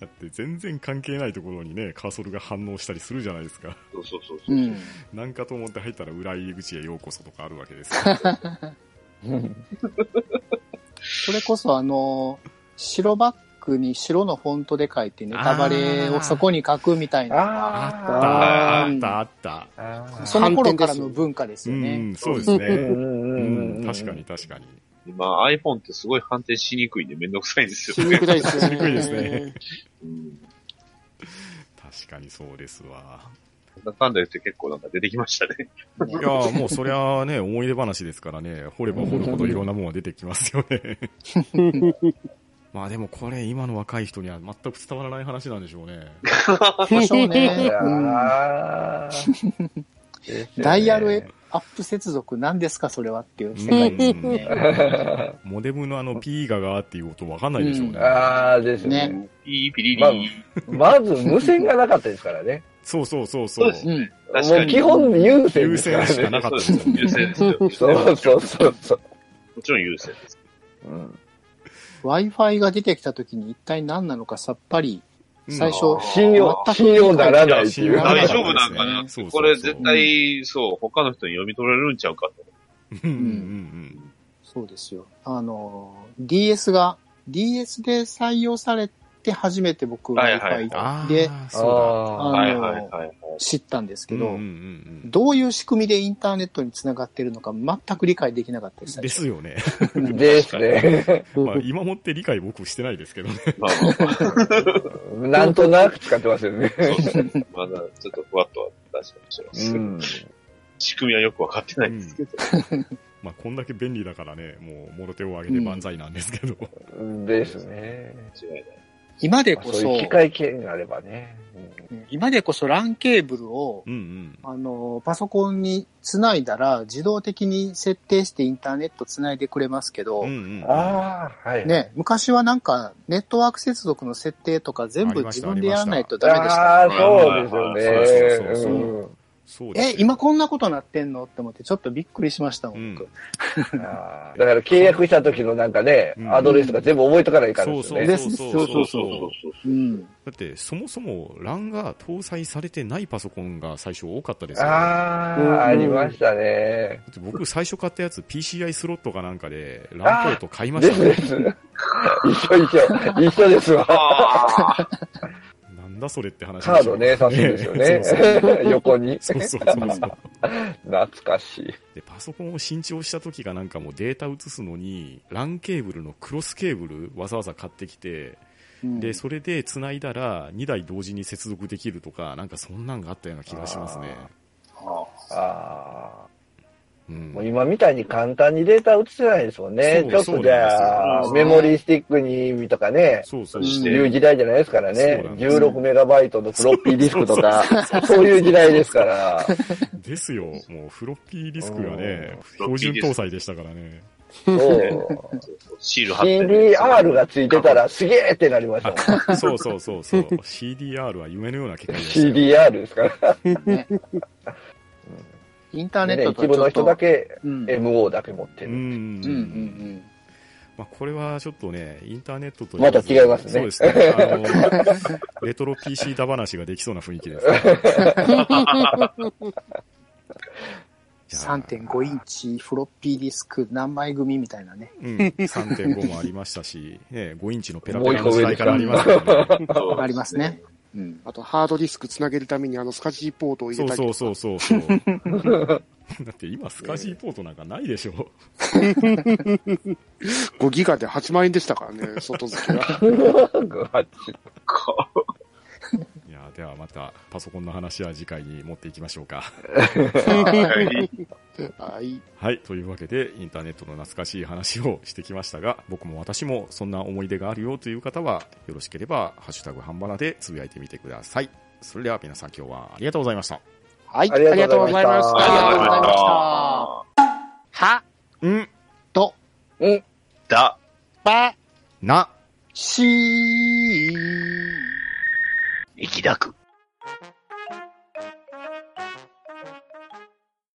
[SPEAKER 3] だって全然関係ないところにね、カーソルが反応したりするじゃないですか。
[SPEAKER 5] そうそうそうそうう。
[SPEAKER 1] ん。
[SPEAKER 3] なんかと思って入ったら裏入り口へようこそとかあるわけですよ
[SPEAKER 1] それこそあの、白バックに白のフォントで書いてネタバレをそこに書くみたいな。
[SPEAKER 2] あ
[SPEAKER 3] あ
[SPEAKER 1] あー
[SPEAKER 3] った、あった、あっ
[SPEAKER 2] ーあ
[SPEAKER 1] そ
[SPEAKER 2] ー。
[SPEAKER 1] の頃からの文化です
[SPEAKER 3] た。う
[SPEAKER 1] よね。
[SPEAKER 3] ん、そうです
[SPEAKER 2] う
[SPEAKER 3] ね。
[SPEAKER 2] んう
[SPEAKER 3] うん
[SPEAKER 2] うん
[SPEAKER 3] ん、
[SPEAKER 2] うん
[SPEAKER 3] 確かに確かに。
[SPEAKER 5] 今 iPhone ってすごい判定しにくいんでめんどくさいんです
[SPEAKER 4] し
[SPEAKER 5] よ
[SPEAKER 4] に
[SPEAKER 5] ね。
[SPEAKER 4] くいですよね。
[SPEAKER 3] しにくいですね
[SPEAKER 5] うん。
[SPEAKER 3] 確かにそうですわ。
[SPEAKER 5] なんだかんだ言って結構なんか出てきましたね。
[SPEAKER 3] いやーもうそりゃあね、思い出話ですからね、掘れば掘るほどいろんなものが出てきますよね。まあでもこれ今の若い人には全く伝わらない話なんでしょうね。
[SPEAKER 1] でしょう
[SPEAKER 2] い
[SPEAKER 1] ね
[SPEAKER 2] や
[SPEAKER 1] うん
[SPEAKER 2] ーですよね
[SPEAKER 1] ダイヤルへアップ接続何ですかそれはっていう世界ですよね。
[SPEAKER 3] モデムのあの P ががーっていう音わかんないでしょうね。
[SPEAKER 2] あーですね
[SPEAKER 1] ね。
[SPEAKER 5] いいピリリ
[SPEAKER 2] まあまず無線がなかったですからね。
[SPEAKER 3] そうそうそうそ
[SPEAKER 1] う
[SPEAKER 3] う。
[SPEAKER 1] ん。
[SPEAKER 5] 確
[SPEAKER 2] も
[SPEAKER 5] か
[SPEAKER 2] う
[SPEAKER 5] に
[SPEAKER 2] 基。本優先
[SPEAKER 3] 優
[SPEAKER 2] です
[SPEAKER 3] 先
[SPEAKER 2] から
[SPEAKER 3] しか
[SPEAKER 2] ね。
[SPEAKER 3] なかったです
[SPEAKER 5] そう
[SPEAKER 3] よ
[SPEAKER 5] です優
[SPEAKER 3] ね。
[SPEAKER 5] 先です
[SPEAKER 2] そ
[SPEAKER 5] よ。
[SPEAKER 2] うそうそうそう。
[SPEAKER 5] もちろん優先です。
[SPEAKER 2] うん、
[SPEAKER 1] Wi-Fi が出てきた時に一体何なのかさっぱり、最初
[SPEAKER 5] うん、
[SPEAKER 2] 信用、信用ならないっていう。
[SPEAKER 1] や
[SPEAKER 5] 大丈夫なんか
[SPEAKER 3] そう
[SPEAKER 5] な
[SPEAKER 3] そうそう
[SPEAKER 5] これ絶対、そう、他の人に読み取られるんちゃうかと。
[SPEAKER 3] うんうんうん
[SPEAKER 1] そうですよ。あの、DS が、DS で採用されて初めて僕
[SPEAKER 5] はいはい
[SPEAKER 1] Wi-Fi
[SPEAKER 3] ああ、
[SPEAKER 1] で
[SPEAKER 3] そう
[SPEAKER 2] あ
[SPEAKER 1] あ
[SPEAKER 2] あ
[SPEAKER 1] の
[SPEAKER 5] はいはいはいはい。
[SPEAKER 1] 知ったんです
[SPEAKER 3] だ。
[SPEAKER 1] けど、
[SPEAKER 3] うんうんうん
[SPEAKER 1] どういう仕組みでインターネットにつながってるのか全く理解できなかったです。最
[SPEAKER 3] で
[SPEAKER 1] 初
[SPEAKER 3] すよね。
[SPEAKER 2] ですね。
[SPEAKER 3] まあ今もって理解僕してないですけどね。
[SPEAKER 5] まあまあ
[SPEAKER 2] なんとなく使ってますよね。
[SPEAKER 5] そうですね。まだちょっとふわっとは確かにしてます。
[SPEAKER 2] うん。
[SPEAKER 5] 仕組みはよくわかってないですけど。
[SPEAKER 3] まあこんだけ便利だからね、もう、もろ手を挙げて万歳なんですけど。
[SPEAKER 2] ですね。
[SPEAKER 5] 間違いない。
[SPEAKER 1] 今で
[SPEAKER 2] まあ
[SPEAKER 1] こ
[SPEAKER 2] そういう
[SPEAKER 1] そ
[SPEAKER 2] 機、械系があればね。
[SPEAKER 1] 今でこそ LAN ケーブルを、
[SPEAKER 3] うんうん。
[SPEAKER 1] あの、パソコンにつないだら自動的に設定してインターネットつないでくれますけど、
[SPEAKER 3] うんうん、
[SPEAKER 2] ああ、はい。
[SPEAKER 1] ね、昔はなんかネットワーク接続の設定とか全
[SPEAKER 3] あり
[SPEAKER 1] 部
[SPEAKER 3] まし
[SPEAKER 1] 自
[SPEAKER 3] た
[SPEAKER 1] 分でやらないとダメでした。
[SPEAKER 2] ああ、そうです
[SPEAKER 3] そうそう
[SPEAKER 2] よ
[SPEAKER 3] そう
[SPEAKER 2] ね
[SPEAKER 3] そ
[SPEAKER 2] うん。
[SPEAKER 3] そうです
[SPEAKER 1] え
[SPEAKER 3] よ、
[SPEAKER 1] 今こんなことなってんのって思って、ちょっとびっくりしましたもん、僕。
[SPEAKER 3] うん
[SPEAKER 2] あーだから契約した時のなんかね
[SPEAKER 3] う、ん
[SPEAKER 2] アドレスが全部覚えとかないからですよね。
[SPEAKER 3] そうそう
[SPEAKER 1] そ
[SPEAKER 3] そうう
[SPEAKER 1] そ
[SPEAKER 3] そうう
[SPEAKER 1] うん。
[SPEAKER 3] だって、そもそも LAN が搭載されてないパソコンが最初多かったですよ、ね。だ
[SPEAKER 2] あ
[SPEAKER 1] うん
[SPEAKER 2] あ、ありましたね。
[SPEAKER 3] って僕最初買ったやつ PCI スロットかなんかで LAN ポート買いました
[SPEAKER 2] ですで
[SPEAKER 3] ね。
[SPEAKER 2] す。 一緒一緒。一緒ですわ。
[SPEAKER 5] ああ
[SPEAKER 3] なんだそれって話
[SPEAKER 2] カードね、刺すんです よ
[SPEAKER 3] そうそう
[SPEAKER 2] ね。 横に。
[SPEAKER 3] そうそうそうそう。
[SPEAKER 2] 懐かしい。
[SPEAKER 3] で、パソコンを新調した時がなんかもうデータ移すのに、LAN ケーブルのクロスケーブルわざわざ買ってきて、
[SPEAKER 1] うん
[SPEAKER 3] で、それで繋いだら2台同時に接続できるとか、なんかそんなんがあったような気がしますね。
[SPEAKER 2] あ
[SPEAKER 3] う
[SPEAKER 2] あ。
[SPEAKER 3] ん
[SPEAKER 2] もう今みたいに簡単にデータ移せないですもんね。ち
[SPEAKER 3] そ
[SPEAKER 2] ょ
[SPEAKER 3] う
[SPEAKER 2] っとじゃ
[SPEAKER 1] そ
[SPEAKER 2] あ、
[SPEAKER 1] うな
[SPEAKER 2] メ
[SPEAKER 1] んですよ
[SPEAKER 2] モリースティックにとかね、
[SPEAKER 3] そうそう。
[SPEAKER 5] そして
[SPEAKER 2] いう時代じゃないですから
[SPEAKER 3] そう
[SPEAKER 2] ね
[SPEAKER 3] なん。です
[SPEAKER 2] 16メガバイトのフロッピーディスクとか、そういう時代ですから。
[SPEAKER 3] ですよ。もうフロッピーディスクがね、
[SPEAKER 5] うん
[SPEAKER 3] 標準搭載でしたからね。
[SPEAKER 2] そう。
[SPEAKER 5] シール貼ってる。
[SPEAKER 2] CDR がついてたらすげえってなりましたもん。
[SPEAKER 3] そうそうそうそう。CDR は夢のような機械でしたよ。
[SPEAKER 2] CDR ですから。
[SPEAKER 1] ねインターネッ
[SPEAKER 2] ね、
[SPEAKER 1] ト
[SPEAKER 2] 一
[SPEAKER 1] と
[SPEAKER 2] 部
[SPEAKER 1] は
[SPEAKER 2] の
[SPEAKER 1] ちょ
[SPEAKER 2] 人
[SPEAKER 1] っ
[SPEAKER 2] だ
[SPEAKER 1] と、
[SPEAKER 2] け
[SPEAKER 1] うん。うん
[SPEAKER 2] MO だけ持って
[SPEAKER 3] う。
[SPEAKER 2] る。
[SPEAKER 1] うんうんん。
[SPEAKER 3] まあ、これはちょっとね、インターネットと
[SPEAKER 2] また違いますね
[SPEAKER 3] そうですね。あ の、レトロ PC だ話ができそうな雰囲 気です、ね。
[SPEAKER 1] 3.5インチフロッピーディスク何枚組みたいなね。
[SPEAKER 3] うん。3.5もありましたし、ね、5インチのペラペラ
[SPEAKER 2] も
[SPEAKER 3] の
[SPEAKER 2] う一個
[SPEAKER 3] 時
[SPEAKER 2] 上
[SPEAKER 3] 代からありますからね。
[SPEAKER 5] そう
[SPEAKER 1] ありますね。うん。
[SPEAKER 4] あと、ハードディスクつなげるために、あの、スカジーポートを入
[SPEAKER 3] そ
[SPEAKER 4] れ
[SPEAKER 3] う
[SPEAKER 4] たり
[SPEAKER 3] そうそうそうそう。だ って今、スカジーポートなんかないでしょ。
[SPEAKER 4] 5ギガで8万円でしたからね、外付け が。
[SPEAKER 5] か。
[SPEAKER 3] いや、ではまた、パソコンの話は次回に持っていきましょうか。
[SPEAKER 5] はい
[SPEAKER 4] はい。
[SPEAKER 3] はい。というわけで、インターネットの懐かしい話をしてきましたが、僕も私もそんな思い出があるよという方は、よろしければ、ハッシュタグ半ばなでつぶやいてみてください。それでは皆さん今日はありがとうございました。
[SPEAKER 4] はい。
[SPEAKER 2] ありがとうございました
[SPEAKER 4] ありがとうございました
[SPEAKER 1] ありがとうございました。は、と、
[SPEAKER 3] ん、
[SPEAKER 2] うん。
[SPEAKER 5] だ。
[SPEAKER 1] ば、
[SPEAKER 3] な、
[SPEAKER 1] しー。
[SPEAKER 5] 生きだく。